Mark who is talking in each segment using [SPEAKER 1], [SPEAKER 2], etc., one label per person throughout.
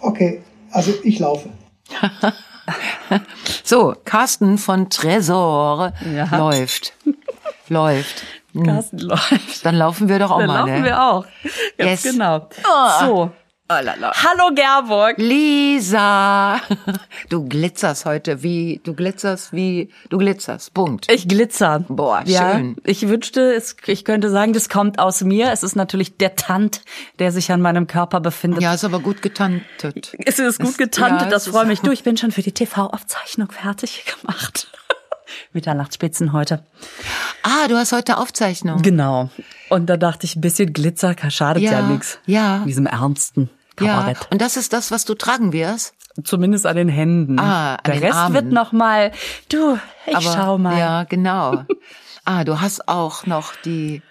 [SPEAKER 1] Okay, also ich laufe.
[SPEAKER 2] so, Carsten von Tresor
[SPEAKER 3] Ja.
[SPEAKER 2] läuft. läuft. Hm.
[SPEAKER 3] Carsten läuft.
[SPEAKER 2] Dann laufen wir doch auch
[SPEAKER 3] Dann
[SPEAKER 2] mal.
[SPEAKER 3] laufen
[SPEAKER 2] ne?
[SPEAKER 3] wir auch. Ganz
[SPEAKER 2] Yes.
[SPEAKER 3] genau.
[SPEAKER 2] Ah.
[SPEAKER 3] So.
[SPEAKER 2] Oh, la, la.
[SPEAKER 3] Hallo Gerburg.
[SPEAKER 2] Lisa, du glitzerst heute wie, du glitzerst wie, du glitzerst, Punkt.
[SPEAKER 3] Ich glitzer.
[SPEAKER 2] Boah,
[SPEAKER 3] ja,
[SPEAKER 2] schön.
[SPEAKER 3] Ich wünschte, es, ich könnte sagen, das kommt aus mir. Es ist natürlich der Tant, der sich an meinem Körper befindet.
[SPEAKER 2] Ja, ist aber gut getantet.
[SPEAKER 3] Es ist gut
[SPEAKER 2] Es-
[SPEAKER 3] getantet,
[SPEAKER 2] ja,
[SPEAKER 3] das
[SPEAKER 2] es ist-
[SPEAKER 3] freut mich. Du, ich bin schon für die TV-Aufzeichnung fertig gemacht. Mitternachtsspitzen heute.
[SPEAKER 2] Ah, du hast heute Aufzeichnung.
[SPEAKER 3] Genau. Und da dachte ich, ein bisschen Glitzer ka- schadet ja,
[SPEAKER 2] Mhm. Ja,
[SPEAKER 3] nix.
[SPEAKER 2] ja.
[SPEAKER 3] In diesem ernsten
[SPEAKER 2] Ja,
[SPEAKER 3] Kabarett.
[SPEAKER 2] und das ist das, was du tragen wirst?
[SPEAKER 3] Zumindest an den Händen.
[SPEAKER 2] Ah, an
[SPEAKER 3] Der
[SPEAKER 2] den
[SPEAKER 3] Rest
[SPEAKER 2] Armen.
[SPEAKER 3] wird noch mal. Du, ich
[SPEAKER 2] Aber-
[SPEAKER 3] schau mal.
[SPEAKER 2] Ja, genau. ah, du hast auch noch die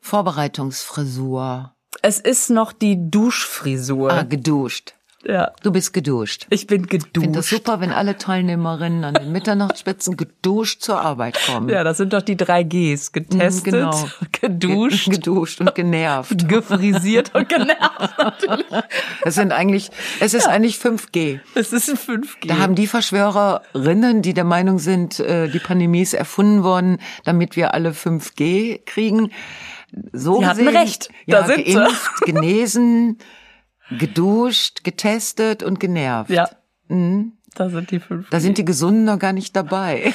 [SPEAKER 2] Vorbereitungsfrisur.
[SPEAKER 3] Es ist noch die Duschfrisur.
[SPEAKER 2] Ah, geduscht.
[SPEAKER 3] Ja.
[SPEAKER 2] Du bist geduscht.
[SPEAKER 3] Ich bin
[SPEAKER 2] Ich finde das
[SPEAKER 3] geduscht.
[SPEAKER 2] super, wenn alle Teilnehmerinnen an den Mitternachtsspitzen geduscht zur Arbeit kommen.
[SPEAKER 3] Ja, das sind doch die drei Gs. Getestet,
[SPEAKER 2] genau.
[SPEAKER 3] geduscht,
[SPEAKER 2] Geduscht und genervt.
[SPEAKER 3] gefrisiert und genau. genervt natürlich.
[SPEAKER 2] Es sind eigentlich, es ist eigentlich 5G.
[SPEAKER 3] Es ist ein 5G.
[SPEAKER 2] Da haben die Verschwörerinnen, die der Meinung sind, äh, die Pandemie ist erfunden worden, damit wir alle 5G kriegen. So
[SPEAKER 3] Die hatten
[SPEAKER 2] gesehen,
[SPEAKER 3] recht.
[SPEAKER 2] Ja,
[SPEAKER 3] Da sind sie.
[SPEAKER 2] geimpft, genesen, geduscht, getestet und genervt.
[SPEAKER 3] ja. Da sind die 5G.
[SPEAKER 2] Da sind die Gesunden noch gar nicht dabei.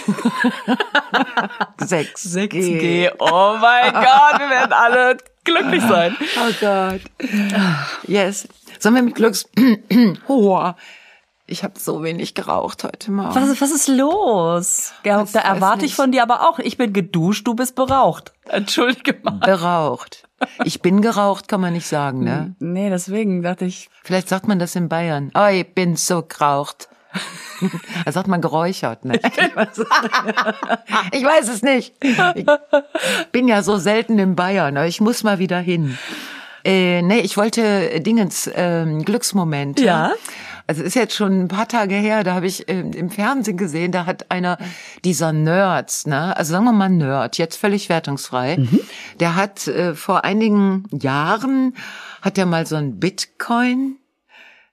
[SPEAKER 2] 6G.
[SPEAKER 3] 6G. Oh mein Gott, wir werden alle glücklich sein.
[SPEAKER 2] Oh Gott. Yes. Sollen wir mit Glücks... Hoa. Ich habe so wenig geraucht heute Morgen.
[SPEAKER 3] Was, was ist los? Georg, da
[SPEAKER 2] weiß
[SPEAKER 3] erwarte ich
[SPEAKER 2] nicht.
[SPEAKER 3] von dir aber auch. Ich bin geduscht, du bist beraucht. Entschuldige mal.
[SPEAKER 2] Beraucht. Ich bin geraucht, kann man nicht sagen, ne?
[SPEAKER 3] Nee, deswegen dachte ich,
[SPEAKER 2] Vielleicht sagt man das in Bayern. Oh, ich bin so geraucht. Da sagt man geräuchert, ne? Ich weiß es- Ich weiß es nicht. Ich bin ja so selten in Bayern, aber ich muss mal wieder hin. Äh, nee, ich wollte Dingens ähm, Glücksmoment.
[SPEAKER 3] Ja.
[SPEAKER 2] Also ist jetzt schon ein paar Tage her, da habe ich ähm, im Fernsehen gesehen, da hat einer dieser Nerds, ne, also sagen wir mal Nerd, jetzt völlig wertungsfrei,
[SPEAKER 3] Mhm.
[SPEAKER 2] der hat äh, vor einigen Jahren hat er mal so ein Bitcoin,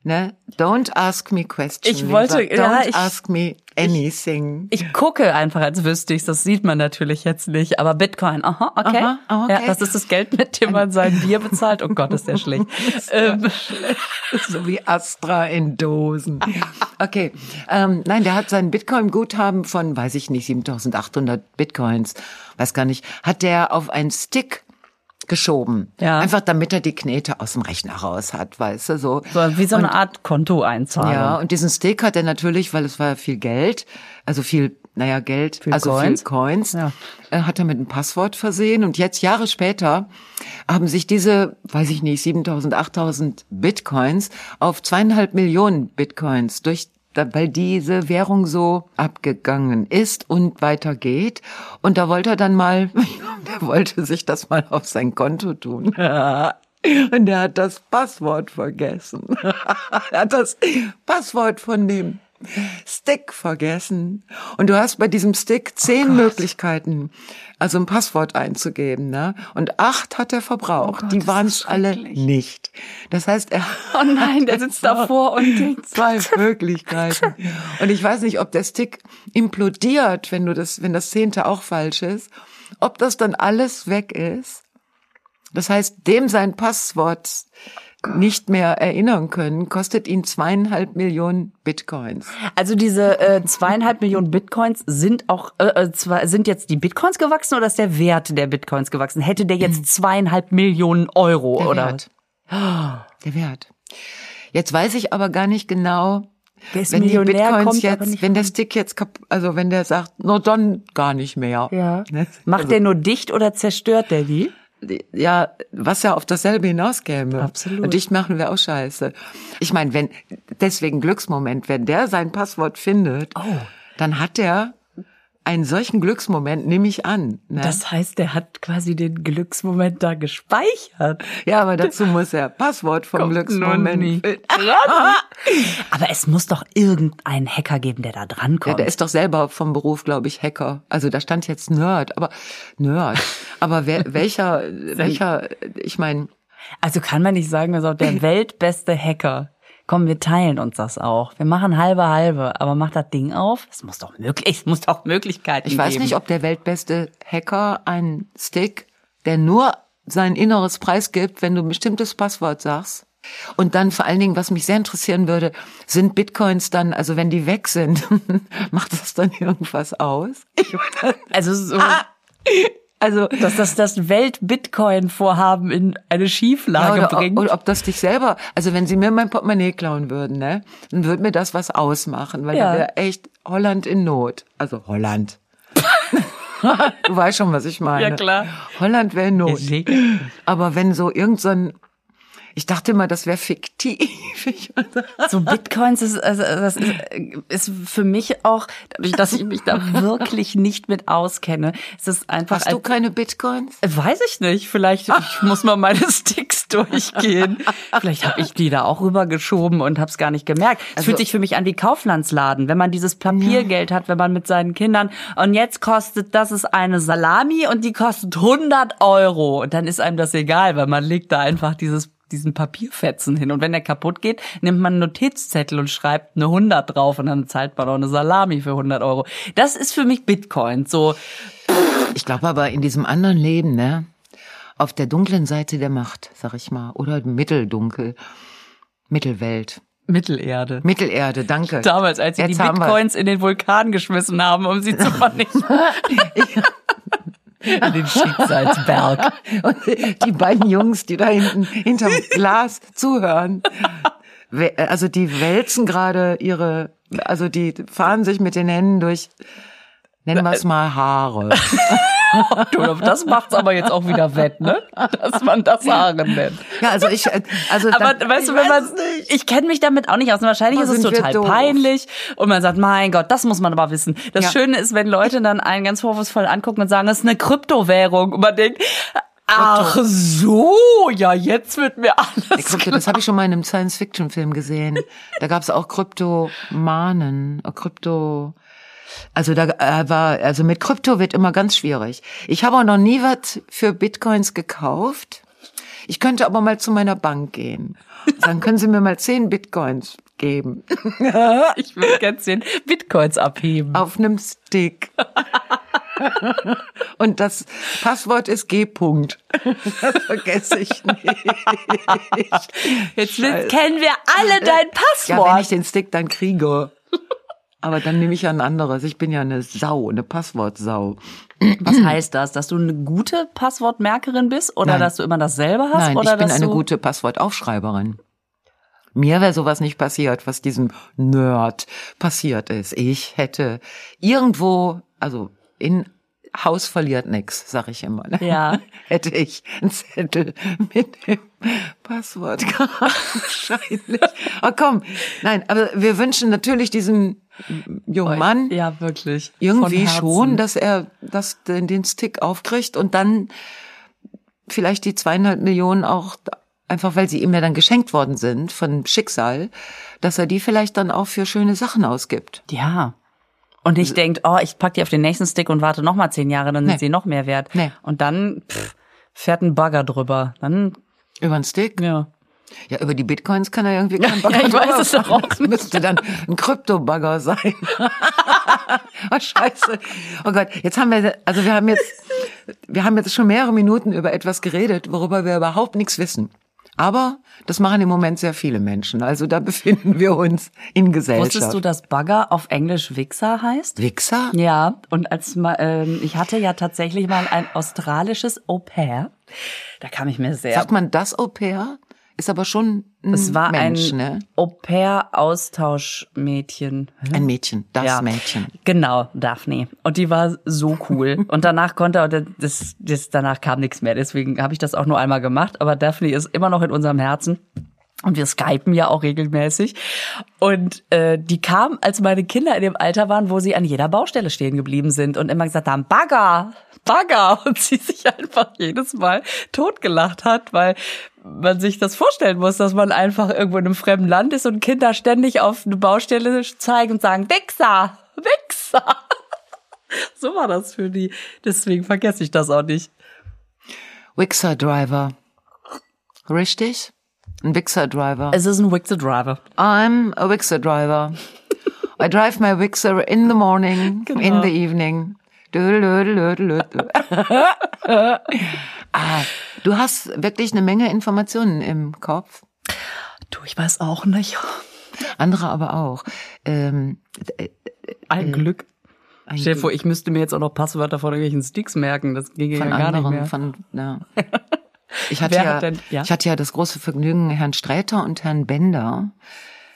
[SPEAKER 2] ne, don't ask me questions,
[SPEAKER 3] Ich wollte-
[SPEAKER 2] don't
[SPEAKER 3] ja, ich-
[SPEAKER 2] ask me anything.
[SPEAKER 3] ich gucke einfach, als wüsste ich's. Das sieht man natürlich jetzt nicht. Aber Bitcoin, aha, okay.
[SPEAKER 2] Aha, ah, okay.
[SPEAKER 3] Ja, das ist das Geld, mit dem man sein Bier bezahlt. Oh Gott, ist der schlecht. ähm,
[SPEAKER 2] So wie Astra in Dosen. Okay. Ähm, nein, der hat sein Bitcoin-Guthaben von, weiß ich nicht, 7800 Bitcoins, weiß gar nicht, hat der auf einen Stick geschoben.
[SPEAKER 3] Ja.
[SPEAKER 2] Einfach damit er die Knete aus dem Rechner raus hat, weißt du, so.
[SPEAKER 3] so, wie so eine Art Kontoeinzahlung.
[SPEAKER 2] Ja, und diesen Stick hat er natürlich, weil es war ja viel Geld, also viel, naja, Geld,
[SPEAKER 3] Viel
[SPEAKER 2] also
[SPEAKER 3] Coins.
[SPEAKER 2] viel Coins,
[SPEAKER 3] Ja.
[SPEAKER 2] äh, hat er mit einem Passwort versehen. Und jetzt, Jahre später, haben sich diese, weiß ich nicht, 7000, 8000 Bitcoins auf zweieinhalb Millionen Bitcoins durch da- weil diese Währung so abgegangen ist und weitergeht. Und da wollte er dann mal, der wollte sich das mal auf sein Konto tun. Und er hat das Passwort vergessen. er hat das Passwort von dem Stick vergessen. Und du hast bei diesem Stick zehn Möglichkeiten, also ein Passwort einzugeben. Ne? Und acht hat er verbraucht. Die waren es alle nicht. Das heißt, er
[SPEAKER 3] Oh nein, der sitzt davor und denkt.
[SPEAKER 2] zwei Möglichkeiten. Und ich weiß nicht, ob der Stick implodiert, wenn du das, wenn das Zehnte auch falsch ist, ob das dann alles weg ist. Das heißt, dem sein Passwort nicht mehr erinnern können, kostet ihn zweieinhalb Millionen Bitcoins.
[SPEAKER 3] Also diese äh, zweieinhalb Millionen Bitcoins sind auch äh, äh, zwei, sind jetzt die Bitcoins gewachsen oder ist der Wert der Bitcoins gewachsen? Hätte der jetzt zweieinhalb Millionen Euro
[SPEAKER 2] Der
[SPEAKER 3] oder?
[SPEAKER 2] Wert. Der Wert. Jetzt weiß ich aber gar nicht genau,
[SPEAKER 3] Der ist
[SPEAKER 2] wenn die
[SPEAKER 3] Millionär,
[SPEAKER 2] Bitcoins
[SPEAKER 3] kommt aber
[SPEAKER 2] jetzt,
[SPEAKER 3] nicht
[SPEAKER 2] wenn der Stick jetzt, kap- also wenn der sagt, no dann gar nicht mehr.
[SPEAKER 3] Ja.
[SPEAKER 2] Ne?
[SPEAKER 3] Macht der nur dicht oder zerstört der die?
[SPEAKER 2] ja, was ja auf dasselbe hinauskäme.
[SPEAKER 3] Absolut.
[SPEAKER 2] Und dicht machen wir auch scheiße. Ich meine, wenn, deswegen Glücksmoment, wenn der sein Passwort findet,
[SPEAKER 3] Oh.
[SPEAKER 2] dann hat er einen solchen Glücksmoment, nehme ich an. Ne?
[SPEAKER 3] Das heißt, der hat quasi den Glücksmoment da gespeichert.
[SPEAKER 2] ja, aber dazu muss er Passwort vom Glücksmoment.
[SPEAKER 3] nie
[SPEAKER 2] finden.
[SPEAKER 3] Aber es muss doch irgendeinen Hacker geben, der da
[SPEAKER 2] Ja,
[SPEAKER 3] drankommt.
[SPEAKER 2] der ist doch selber vom Beruf, glaube ich, Hacker. Also da stand jetzt Nerd, aber Nerd. Aber wer, welcher, welcher, ich meine,
[SPEAKER 3] also kann man nicht sagen, er ist auch der weltbeste Hacker. komm, wir teilen uns das auch. Wir machen halbe halbe, aber mach das Ding auf. Es muss doch möglich, es muss doch Möglichkeiten
[SPEAKER 2] Ich weiß
[SPEAKER 3] geben.
[SPEAKER 2] nicht, ob der weltbeste Hacker einen Stick, der nur sein inneres Preis gibt, wenn du ein bestimmtes Passwort sagst. Und dann vor allen Dingen, was mich sehr interessieren würde, sind Bitcoins dann, also wenn die weg sind, macht das dann irgendwas aus? Ich meine,
[SPEAKER 3] also so,
[SPEAKER 2] Ah!
[SPEAKER 3] also dass das das Welt-Bitcoin-Vorhaben in eine
[SPEAKER 2] Ja,
[SPEAKER 3] Schieflage
[SPEAKER 2] oder,
[SPEAKER 3] bringt.
[SPEAKER 2] oder ob das dich selber, also wenn sie mir mein Portemonnaie klauen würden, ne, dann würde mir das was ausmachen, weil
[SPEAKER 3] Ja.
[SPEAKER 2] da wäre echt Holland in Not. Also Holland. du weißt schon, was ich meine.
[SPEAKER 3] Ja, klar.
[SPEAKER 2] Holland wäre in
[SPEAKER 3] Ja,
[SPEAKER 2] Not.
[SPEAKER 3] sicher.
[SPEAKER 2] Aber wenn so irgend so ein, ich dachte mal, das wäre fiktiv. Ich-
[SPEAKER 3] So Bitcoins ist, also, das ist, ist für mich auch, dadurch, dass ich mich da wirklich nicht mit auskenne, ist es einfach.
[SPEAKER 2] Hast du keine Bitcoins?
[SPEAKER 3] Weiß ich nicht. Vielleicht ich muss mal meine Sticks durchgehen. Vielleicht habe ich die da auch rübergeschoben und habe es gar nicht gemerkt. Es fühlt sich für mich an wie Kauflandsladen, wenn man dieses Papiergeld hat, wenn man mit seinen Kindern und jetzt kostet das ist eine Salami und die kostet 100 Euro und dann ist einem das egal, weil man legt da einfach dieses diesen Papierfetzen hin und wenn der kaputt geht, nimmt man einen Notizzettel und schreibt eine 100 drauf und dann zahlt man auch eine Salami für 100 Euro. Das ist für mich Bitcoin. So
[SPEAKER 2] Ich glaube aber in diesem anderen Leben, ne, auf der dunklen Seite der Macht, sag ich mal, oder mitteldunkel, Mittelwelt.
[SPEAKER 3] Mittelerde.
[SPEAKER 2] Mittelerde, danke.
[SPEAKER 3] Damals, als sie
[SPEAKER 2] Jetzt
[SPEAKER 3] die
[SPEAKER 2] haben wir-
[SPEAKER 3] Bitcoins in den Vulkan geschmissen haben, um sie zu vernichten. in den Schicksalsberg.
[SPEAKER 2] Und die beiden Jungs, die da hinten hinterm Glas zuhören. We- Also die wälzen gerade ihre, also die fahren sich mit den Händen durch, nennen
[SPEAKER 3] äh
[SPEAKER 2] wir es mal Haare.
[SPEAKER 3] Du, Das macht's aber jetzt auch wieder wett, ne? Dass man das Haaren nennt.
[SPEAKER 2] Ja, also ich, äh, also
[SPEAKER 3] Aber
[SPEAKER 2] dann-
[SPEAKER 3] weißt du,
[SPEAKER 2] ich
[SPEAKER 3] wenn
[SPEAKER 2] weiß
[SPEAKER 3] man, ich kenne mich damit auch nicht aus. Und wahrscheinlich
[SPEAKER 2] Boah,
[SPEAKER 3] ist es
[SPEAKER 2] sind wir
[SPEAKER 3] total
[SPEAKER 2] doof.
[SPEAKER 3] peinlich und man sagt, mein Gott, das muss man aber wissen. Das
[SPEAKER 2] Ja.
[SPEAKER 3] Schöne ist, wenn Leute dann einen ganz vorwurfsvoll angucken und sagen, es ist eine Kryptowährung und man denkt, ach so, ja jetzt wird mir
[SPEAKER 2] Die
[SPEAKER 3] alles
[SPEAKER 2] Krypto, das habe ich schon mal in einem Science-Fiction-Film gesehen. Da gab es auch Kryptomanen, äh, Krypto. Also da äh, war, also mit Krypto wird immer ganz schwierig. Ich habe auch noch nie was für Bitcoins gekauft. Ich könnte aber mal zu meiner Bank gehen. Und Sagen, können Sie mir mal 10 Bitcoins geben
[SPEAKER 3] Ich will ganz den Bitcoins abheben.
[SPEAKER 2] auf einem Stick. Und das Passwort ist G. -Punkt. Das vergesse ich nicht.
[SPEAKER 3] Jetzt kennen wir alle dein
[SPEAKER 2] Ja, wenn ich
[SPEAKER 3] Passwort.
[SPEAKER 2] den Stick dann kriege. Aber dann nehme ich ja ein anderes. Ich bin ja eine Sau, eine Passwortsau.
[SPEAKER 3] was heißt das? Dass du eine gute Passwortmerkerin bist oder
[SPEAKER 2] Nein.
[SPEAKER 3] dass du immer dasselbe hast?
[SPEAKER 2] Nein,
[SPEAKER 3] oder
[SPEAKER 2] ich bin
[SPEAKER 3] dass
[SPEAKER 2] eine
[SPEAKER 3] du
[SPEAKER 2] gute Passwortaufschreiberin. Mir wäre sowas nicht passiert, was diesem Nerd passiert ist. Ich hätte irgendwo, also in Haus verliert nix, sag ich immer. Ne?
[SPEAKER 3] Ja.
[SPEAKER 2] Hätte ich einen Zettel mit dem Passwort gehabt, wahrscheinlich. Oh komm, nein, aber wir wünschen natürlich diesem jungen Mann,
[SPEAKER 3] Ja, wirklich.
[SPEAKER 2] Irgendwie
[SPEAKER 3] Von Herzen.
[SPEAKER 2] schon, dass er das, den, den Stick aufkriegt und dann vielleicht die zweieinhalb Millionen auch, da- einfach weil sie ihm ja dann geschenkt worden sind von Schicksal, dass er die vielleicht dann auch für schöne Sachen ausgibt.
[SPEAKER 3] Ja. Und ich denkt, oh, ich pack die auf den nächsten Stick und warte noch mal zehn Jahre, dann sind
[SPEAKER 2] Äh. Nee.
[SPEAKER 3] sie noch mehr wert.
[SPEAKER 2] Nee.
[SPEAKER 3] Und dann pff, fährt ein Bagger drüber. Dann,
[SPEAKER 2] Über einen Stick?
[SPEAKER 3] ja.
[SPEAKER 2] Ja, über die Bitcoins kann er irgendwie keinen Bagger
[SPEAKER 3] Ja, ich weiß es
[SPEAKER 2] drauf
[SPEAKER 3] doch auch
[SPEAKER 2] machen. Das müsste dann ein Kryptobagger sein. oh, scheiße. Oh Gott, jetzt haben wir, also wir haben jetzt, wir haben jetzt schon mehrere Minuten über etwas geredet, worüber wir überhaupt nichts wissen. Aber das machen im Moment sehr viele Menschen. Also da befinden wir uns in Gesellschaft.
[SPEAKER 3] Wusstest du, dass Bagger auf Englisch Wichser heißt?
[SPEAKER 2] Wichser?
[SPEAKER 3] Ja, und als ma- ähm, ich hatte ja tatsächlich mal ein australisches Au pair. Da kam ich mir sehr.
[SPEAKER 2] Sagt man das Au-pair? Ist aber schon ein
[SPEAKER 3] Es war
[SPEAKER 2] Mensch,
[SPEAKER 3] ein
[SPEAKER 2] ne?
[SPEAKER 3] Au pair Austauschmädchen.
[SPEAKER 2] Ein Mädchen, das
[SPEAKER 3] Ja.
[SPEAKER 2] Mädchen.
[SPEAKER 3] Genau, Daphne. Und die war so cool. Und danach konnte und das, das danach kam nichts mehr. Deswegen habe ich das auch nur einmal gemacht. Aber Daphne ist immer noch in unserem Herzen. Und wir skypen ja auch regelmäßig. Und äh, die kam, als meine Kinder in dem Alter waren, wo sie an jeder Baustelle stehen geblieben sind und immer gesagt haben, Bagger, Bagger. Und sie sich einfach jedes Mal totgelacht hat, weil man sich das vorstellen muss, dass man einfach irgendwo in einem fremden Land ist und Kinder ständig auf eine Baustelle zeigen und sagen, Wichser, Wichser. So war das für die. Deswegen vergesse ich das auch nicht.
[SPEAKER 2] Wichser-Driver. Richtig? Ein Wixer Driver.
[SPEAKER 3] Es ist ein Wixer Driver.
[SPEAKER 2] I'm a Wixer driver. I drive my Wixer in the morning, in the evening. Dödelödelödelödel. ah, du hast wirklich eine Menge Informationen im Kopf.
[SPEAKER 3] Du, ich weiß auch nicht.
[SPEAKER 2] Andere aber auch. Ähm,
[SPEAKER 3] Hm. Ein Glück.
[SPEAKER 2] ein
[SPEAKER 3] Stell dir
[SPEAKER 2] Glück
[SPEAKER 3] vor, ich müsste mir jetzt auch noch Passwörter von irgendwelchen Sticks merken. Das ginge
[SPEAKER 2] von
[SPEAKER 3] ja gar nicht
[SPEAKER 2] anderen.
[SPEAKER 3] mehr.
[SPEAKER 2] Von, ja. Ich hatte
[SPEAKER 3] Wer
[SPEAKER 2] ja,
[SPEAKER 3] hat denn- ja?
[SPEAKER 2] ich hatte ja das große Vergnügen, Herrn Sträter und Herrn Bender,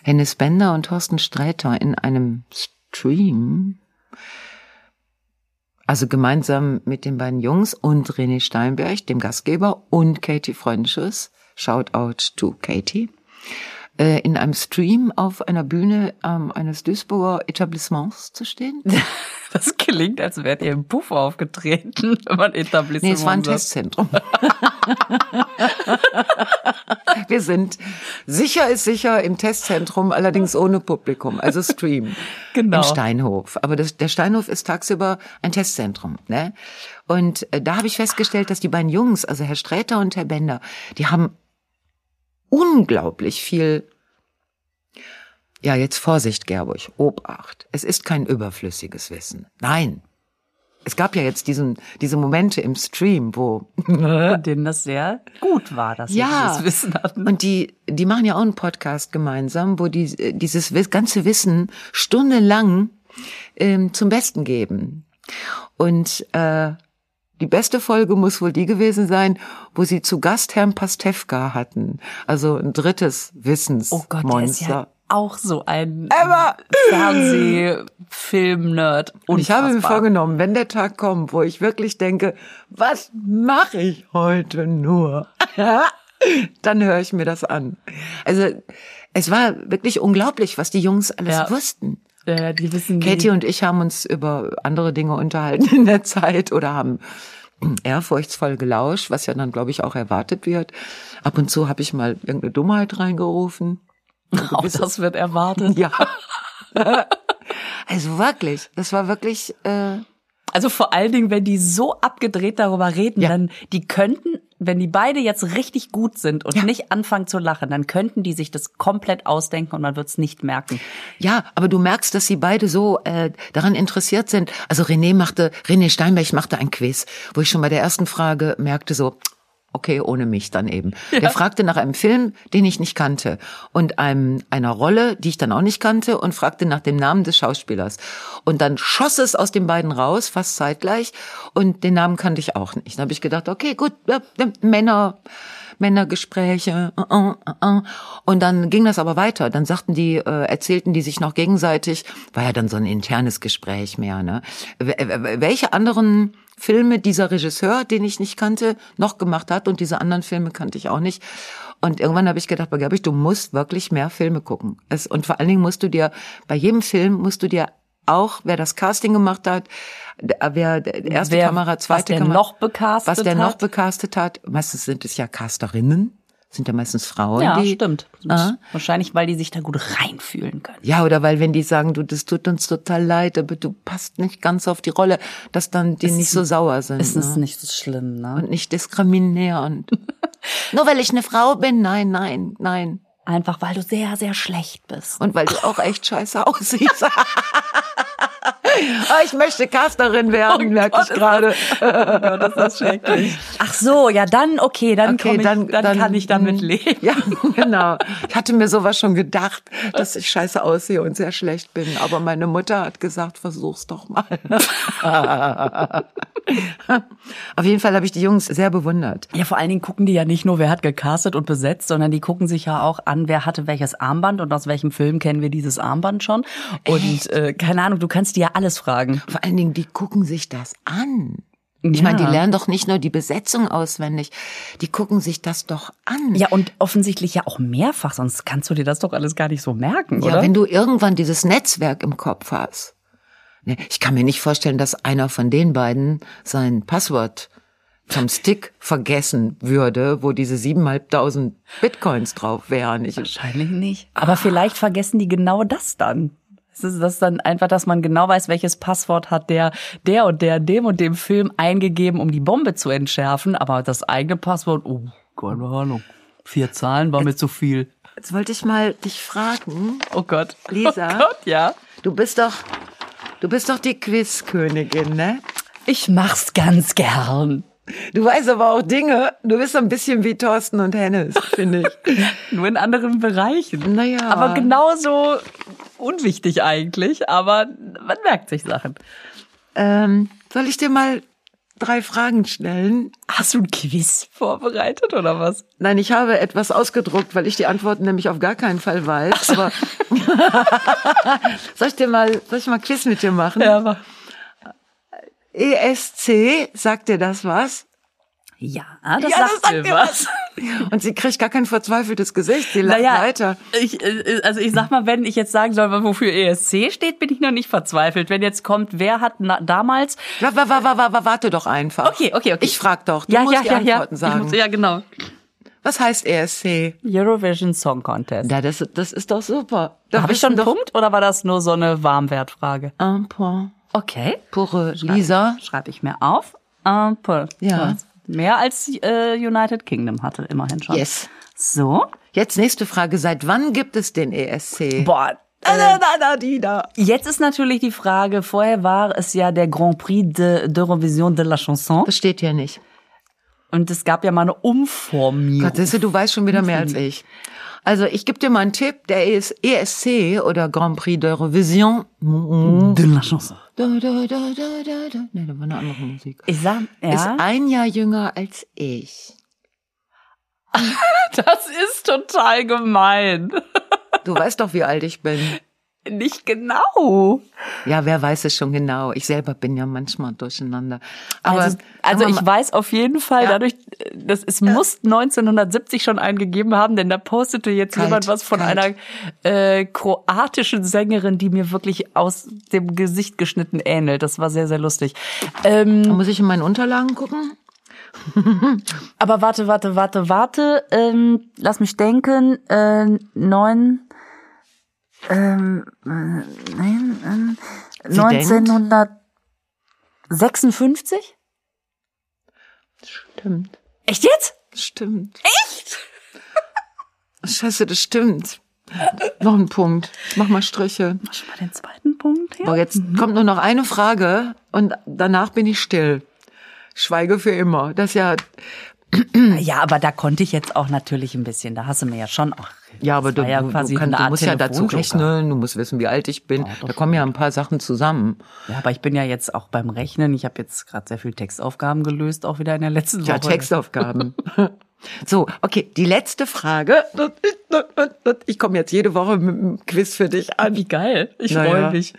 [SPEAKER 2] Hennes Bender und Thorsten Sträter in einem Stream, also gemeinsam mit den beiden Jungs und René Steinberg, dem Gastgeber, und Katie Freundschüss, shout out to Katie, äh, in einem Stream auf einer Bühne ähm, eines Duisburger Etablissements zu stehen.
[SPEAKER 3] Das klingt, als wärt ihr im Puff aufgetreten, wenn man Etablissement
[SPEAKER 2] Nee, es war ein
[SPEAKER 3] sagt.
[SPEAKER 2] Testzentrum. Wir sind sicher ist sicher im Testzentrum, allerdings ohne Publikum, also Stream.
[SPEAKER 3] Genau.
[SPEAKER 2] Im Steinhof. Aber das, der Steinhof ist tagsüber ein Testzentrum. Ne? Und äh, da habe ich festgestellt, dass die beiden Jungs, also Herr Sträter und Herr Bender, die haben unglaublich viel. Ja, jetzt Vorsicht, Gerburg, Obacht. Es ist kein überflüssiges Wissen. Nein. Es gab ja jetzt diesen, diese Momente im Stream, wo
[SPEAKER 3] Und denen das sehr gut war, dass
[SPEAKER 2] Ja.
[SPEAKER 3] sie das Wissen hatten.
[SPEAKER 2] und die, die machen ja auch einen Podcast gemeinsam, wo die äh, dieses Wiss- ganze Wissen stundenlang ähm, zum Besten geben. Und äh, die beste Folge muss wohl die gewesen sein, wo sie zu Gast Herrn Pastewka hatten. Also ein drittes Wissensmonster.
[SPEAKER 3] Oh Gott, der ist ja auch so ein Fernsehfilm-Nerd.
[SPEAKER 2] Und ich habe mir
[SPEAKER 3] Unfassbar.
[SPEAKER 2] vorgenommen, wenn der Tag kommt, wo ich wirklich denke, was mache ich heute nur? Dann höre ich mir das an. Also es war wirklich unglaublich, was die Jungs alles
[SPEAKER 3] Ja.
[SPEAKER 2] wussten.
[SPEAKER 3] Äh, die wissen wie-
[SPEAKER 2] Katie und ich haben uns über andere Dinge unterhalten in der Zeit oder haben ehrfurchtsvoll gelauscht, was ja dann, glaube ich, auch erwartet wird. Ab und zu habe ich mal irgendeine Dummheit reingerufen.
[SPEAKER 3] auch das wird erwartet.
[SPEAKER 2] Ja. also wirklich, das war wirklich. Äh,
[SPEAKER 3] Also vor allen Dingen, wenn die so abgedreht darüber reden,
[SPEAKER 2] Ja.
[SPEAKER 3] dann die könnten, wenn die beide jetzt richtig gut sind und
[SPEAKER 2] Ja.
[SPEAKER 3] nicht anfangen zu lachen, dann könnten die sich das komplett ausdenken und man wird's nicht merken.
[SPEAKER 2] Ja, aber du merkst, dass sie beide so äh, daran interessiert sind. Also René machte, René Steinberg machte ein Quiz, wo ich schon bei der ersten Frage merkte so, okay, ohne mich dann eben. Der fragte nach einem Film, den ich nicht kannte und einem einer Rolle, die ich dann auch nicht kannte und fragte nach dem Namen des Schauspielers. Und dann schoss es aus den beiden raus, fast zeitgleich und den Namen kannte ich auch nicht. Dann habe ich gedacht, okay, gut, äh, äh, Männer Männergespräche. äh, äh, äh, äh. Und dann ging das aber weiter. Dann sagten die, äh, erzählten die sich noch gegenseitig, war ja dann so ein internes Gespräch mehr, ne? W- w- Welche anderen Filme dieser Regisseur, den ich nicht kannte, noch gemacht hat und diese anderen Filme kannte ich auch nicht. Und irgendwann habe ich gedacht, Bagabich, du musst wirklich mehr Filme gucken. Es, und vor allen Dingen musst du dir, bei jedem Film musst du dir auch, wer das Casting gemacht hat, d- wer d- erste
[SPEAKER 3] Wer-
[SPEAKER 2] Kamera,
[SPEAKER 3] was
[SPEAKER 2] zweite
[SPEAKER 3] der
[SPEAKER 2] Kamera,
[SPEAKER 3] noch becastet
[SPEAKER 2] was der noch
[SPEAKER 3] hat.
[SPEAKER 2] gecastet hat. Meistens sind es ja Casterinnen, sind ja meistens Frauen.
[SPEAKER 3] ja,
[SPEAKER 2] die,
[SPEAKER 3] stimmt.
[SPEAKER 2] Ah.
[SPEAKER 3] Wahrscheinlich, weil die sich da gut reinfühlen können.
[SPEAKER 2] ja, oder weil wenn die sagen, du, das tut uns total leid, aber du passt nicht ganz auf die Rolle, dass dann die nicht so sauer sind.
[SPEAKER 3] Es ist
[SPEAKER 2] ne?
[SPEAKER 3] nicht so schlimm, ne?
[SPEAKER 2] Und nicht diskriminierend. Nur weil ich eine Frau bin, nein, nein, nein.
[SPEAKER 3] Einfach, weil du sehr, sehr schlecht bist.
[SPEAKER 2] Und weil du auch echt scheiße aussiehst. Ah, ich möchte Casterin
[SPEAKER 3] Oh
[SPEAKER 2] werden, merke ich gerade.
[SPEAKER 3] das ist schrecklich. Ach so, ja dann, okay, dann, komm ich, dann, kann ich damit
[SPEAKER 2] mm,
[SPEAKER 3] leben.
[SPEAKER 2] Ja, genau. Ich hatte mir sowas schon gedacht, dass ich scheiße aussehe und sehr schlecht bin. Aber meine Mutter hat gesagt, versuch's doch mal. Auf jeden Fall habe ich die Jungs sehr bewundert.
[SPEAKER 3] Ja, vor allen Dingen gucken die ja nicht nur, wer hat gecastet und besetzt, sondern die gucken sich ja auch an, wer hatte welches Armband und aus welchem Film kennen wir dieses Armband schon. Und äh, keine Ahnung, du kannst die ja alles fragen.
[SPEAKER 2] Vor allen Dingen, die gucken sich das an. Ich meine, die
[SPEAKER 3] Ja.
[SPEAKER 2] lernen doch nicht nur die Besetzung auswendig, die gucken sich das doch an.
[SPEAKER 3] Ja, und offensichtlich ja auch mehrfach, sonst kannst du dir das doch alles gar nicht so merken,
[SPEAKER 2] Ja,
[SPEAKER 3] oder?
[SPEAKER 2] wenn du irgendwann dieses Netzwerk im Kopf hast. Ne, Ich kann mir nicht vorstellen, dass einer von den beiden sein Passwort vom Stick vergessen würde, wo diese siebeneinhalbtausend Bitcoins drauf wären. Ich,
[SPEAKER 3] Wahrscheinlich nicht. Aber vielleicht vergessen die genau das dann. Es ist das dann einfach, dass man genau weiß, welches Passwort hat der, der und der, dem und dem Film eingegeben, um die Bombe zu entschärfen, aber das eigene Passwort, oh, keine Ahnung. Vier Zahlen war mir zu viel.
[SPEAKER 2] Jetzt wollte ich mal dich fragen,
[SPEAKER 3] Oh Gott.
[SPEAKER 2] Lisa?
[SPEAKER 3] Oh Gott, ja.
[SPEAKER 2] du bist doch, du bist doch die Quizkönigin, ne?
[SPEAKER 3] Ich mach's ganz gern.
[SPEAKER 2] Du weißt aber auch Dinge. Du bist so ein bisschen wie Thorsten und Hennes, finde ich.
[SPEAKER 3] Nur in anderen Bereichen.
[SPEAKER 2] Naja.
[SPEAKER 3] Aber genauso unwichtig eigentlich, aber man merkt sich Sachen.
[SPEAKER 2] ähm, soll ich dir mal drei Fragen stellen?
[SPEAKER 3] Hast du ein Quiz vorbereitet oder was?
[SPEAKER 2] Nein, ich habe etwas ausgedruckt, weil ich die Antworten nämlich auf gar keinen Fall weiß. Aber soll ich dir mal, soll ich mal Quiz mit dir machen?
[SPEAKER 3] aber.
[SPEAKER 2] ESC, sagt dir das was?
[SPEAKER 3] Ja, das
[SPEAKER 2] Ja, das
[SPEAKER 3] sagt
[SPEAKER 2] sagt
[SPEAKER 3] mir
[SPEAKER 2] mir
[SPEAKER 3] was.
[SPEAKER 2] Und sie kriegt gar kein verzweifeltes Gesicht. Sie lacht weiter.
[SPEAKER 3] Ich, äh, also ich sag mal, wenn ich jetzt sagen soll, wofür ESC steht, bin ich noch nicht verzweifelt. Wenn jetzt kommt, wer hat na, damals?
[SPEAKER 2] Wa- wa- wa- wa- wa- wa- Warte doch einfach.
[SPEAKER 3] Okay, okay, okay.
[SPEAKER 2] Ich frag doch. Du musst die Antworten
[SPEAKER 3] Ich
[SPEAKER 2] sagen.
[SPEAKER 3] muss- ja, genau.
[SPEAKER 2] Was heißt E ESC?
[SPEAKER 3] Eurovision Song Contest.
[SPEAKER 2] Ja, das, das ist doch super. Da
[SPEAKER 3] Habe ich schon einen Punkt oder war das nur so eine Warmwertfrage?
[SPEAKER 2] Un point
[SPEAKER 3] Okay.
[SPEAKER 2] pour äh, Lisa.
[SPEAKER 3] Schreibe ich mir auf. Ah, Ein Punkt.
[SPEAKER 2] Ja.
[SPEAKER 3] Mehr als äh, United Kingdom hatte immerhin schon.
[SPEAKER 2] Yes.
[SPEAKER 3] So.
[SPEAKER 2] Jetzt nächste Frage. Seit wann gibt es den E ESC?
[SPEAKER 3] Boah.
[SPEAKER 2] da, da, da, die, da.
[SPEAKER 3] Äh. Jetzt ist natürlich die Frage, vorher war es ja der Grand Prix de- d'Eurovision de, la Chanson
[SPEAKER 2] Das steht hier nicht.
[SPEAKER 3] und es gab ja mal eine Umformierung.
[SPEAKER 2] Gott, siehst du, du weißt schon wieder mehr als ich. Also ich gebe dir mal einen Tipp. Der ES ESC oder Grand Prix d'Eurovision.
[SPEAKER 3] de la Chanson.
[SPEAKER 2] Da, da, da, da, da, da. Nee, da war eine andere Musik.
[SPEAKER 3] Ich sag,
[SPEAKER 2] Ist
[SPEAKER 3] ja,
[SPEAKER 2] ein Jahr jünger als ich.
[SPEAKER 3] das ist total gemein.
[SPEAKER 2] Du weißt doch, wie alt ich bin.
[SPEAKER 3] Nicht genau.
[SPEAKER 2] Ja, wer weiß es schon genau. Ich selber bin ja manchmal durcheinander. Aber
[SPEAKER 3] Also, also ich weiß auf jeden Fall,
[SPEAKER 2] Ja.
[SPEAKER 3] dadurch, dass es muss 1970 schon einen gegeben haben, denn da postete jetzt
[SPEAKER 2] Kalt,
[SPEAKER 3] jemand was von
[SPEAKER 2] kalt.
[SPEAKER 3] einer äh, kroatischen Sängerin, die mir wirklich aus dem Gesicht geschnitten ähnelt. Das war sehr, sehr lustig. Ähm,
[SPEAKER 2] muss ich in meinen Unterlagen gucken?
[SPEAKER 3] aber warte, warte, warte, warte. Ähm, lass mich denken. Äh, neun. Ähm, äh, nein,
[SPEAKER 2] denkt?
[SPEAKER 3] ähm, 1956?
[SPEAKER 2] Stimmt.
[SPEAKER 3] Echt jetzt?
[SPEAKER 2] Stimmt. Echt? Scheiße, das stimmt. Noch ein Punkt. Mach mal Striche.
[SPEAKER 3] Mach schon mal den zweiten Punkt her.
[SPEAKER 2] Boah, jetzt kommt nur noch eine Frage und danach bin ich still. Schweige für immer. Das ist ja,
[SPEAKER 3] Ja, aber da konnte ich jetzt auch natürlich ein bisschen. Da hast du mir ja schon auch.
[SPEAKER 2] ja, aber
[SPEAKER 3] das
[SPEAKER 2] du,
[SPEAKER 3] war ja
[SPEAKER 2] du,
[SPEAKER 3] quasi
[SPEAKER 2] du, kannst,
[SPEAKER 3] eine
[SPEAKER 2] du
[SPEAKER 3] Art
[SPEAKER 2] musst ja dazu
[SPEAKER 3] Telefonjoker.
[SPEAKER 2] rechnen, ne? du musst wissen, wie alt ich bin. da kommen ja ein paar Sachen zusammen.
[SPEAKER 3] Ja, aber ich bin ja jetzt auch beim Rechnen. Ich habe jetzt gerade sehr viel Textaufgaben gelöst, auch wieder in der letzten
[SPEAKER 2] Ja,
[SPEAKER 3] Woche.
[SPEAKER 2] Textaufgaben. so, okay, die letzte Frage. Ich komme jetzt jede Woche mit einem Quiz für dich an.
[SPEAKER 3] Wie geil. Ich
[SPEAKER 2] Naja.
[SPEAKER 3] freue mich.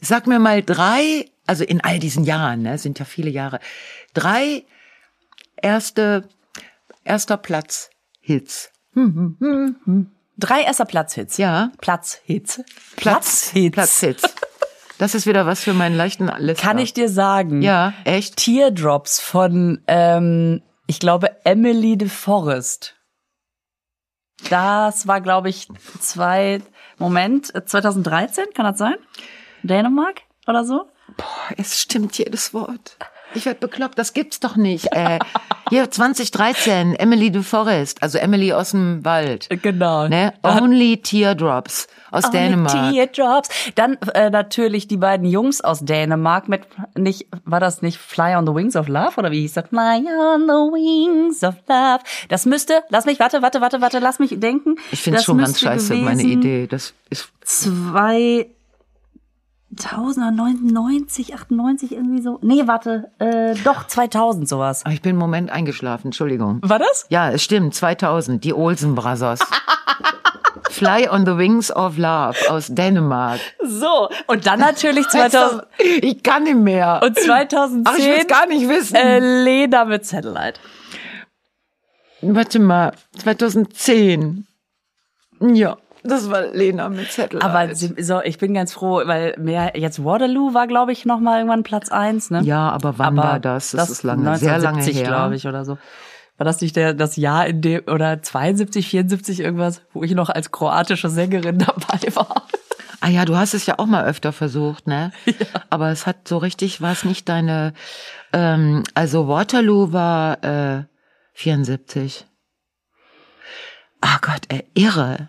[SPEAKER 2] Sag mir mal drei, also in all diesen Jahren, ne, sind ja viele Jahre, drei erste, erster Platz Hits.
[SPEAKER 3] Drei erster Platzhits.
[SPEAKER 2] Ja.
[SPEAKER 3] Platzhits.
[SPEAKER 2] Platzhits. Das ist wieder was für meinen leichten Lister.
[SPEAKER 3] Kann ich dir sagen?
[SPEAKER 2] Ja, echt?
[SPEAKER 3] Teardrops von, ähm, ich glaube, Emily de Forest. Das war, glaube ich, zwei, Moment, 2013, kann das sein? Dänemark oder so?
[SPEAKER 2] Es stimmt jedes Wort. Ich werd bekloppt, das gibt's doch nicht. Äh, hier 2013, Emily de Forest, also Emily aus dem Wald.
[SPEAKER 3] Genau.
[SPEAKER 2] Ne? Only Teardrops aus Dänemark.
[SPEAKER 3] Teardrops. Dann äh, natürlich die beiden Jungs aus Dänemark mit nicht war das nicht Fly on the Wings of Love oder wie hieß das? Fly on the Wings of Love. Das müsste, lass mich warte, warte, warte, warte, lass mich denken.
[SPEAKER 2] ich finde
[SPEAKER 3] Das
[SPEAKER 2] schon ganz
[SPEAKER 3] müsste
[SPEAKER 2] scheiße,
[SPEAKER 3] gewesen
[SPEAKER 2] meine Idee. Das ist
[SPEAKER 3] 2099, 98 irgendwie so. Nee, warte, äh, doch 2000 sowas.
[SPEAKER 2] Ah, Ich bin im Moment eingeschlafen, Entschuldigung.
[SPEAKER 3] War das?
[SPEAKER 2] Ja, es stimmt, 2000, die Olsen Brothers. Fly on the Wings of Love aus Dänemark.
[SPEAKER 3] So, und dann natürlich 2000
[SPEAKER 2] 2000. Ich kann nicht mehr.
[SPEAKER 3] und 2010
[SPEAKER 2] Ach, ich will's gar nicht wissen.
[SPEAKER 3] äh, Leda mit Satellite.
[SPEAKER 2] Warte mal, 2010. Ja, das war Lena mit Zettel.
[SPEAKER 3] Aber sie- so, ich bin ganz froh, weil mehr jetzt Waterloo war, glaube ich, noch mal irgendwann Platz eins. Ne?
[SPEAKER 2] ja, aber wann war das? Das, ist lange, sehr lange
[SPEAKER 3] 1970,
[SPEAKER 2] her.
[SPEAKER 3] glaube ich, oder so. War das nicht der, das Jahr in dem, oder 72, 74 irgendwas, wo ich noch als kroatische Sängerin dabei war?
[SPEAKER 2] Ah ja, du hast es ja auch mal öfter versucht, ne? Aber es hat so richtig, war es nicht deine. Ähm, also Waterloo war äh, 74. Ah Gott, ey, irre.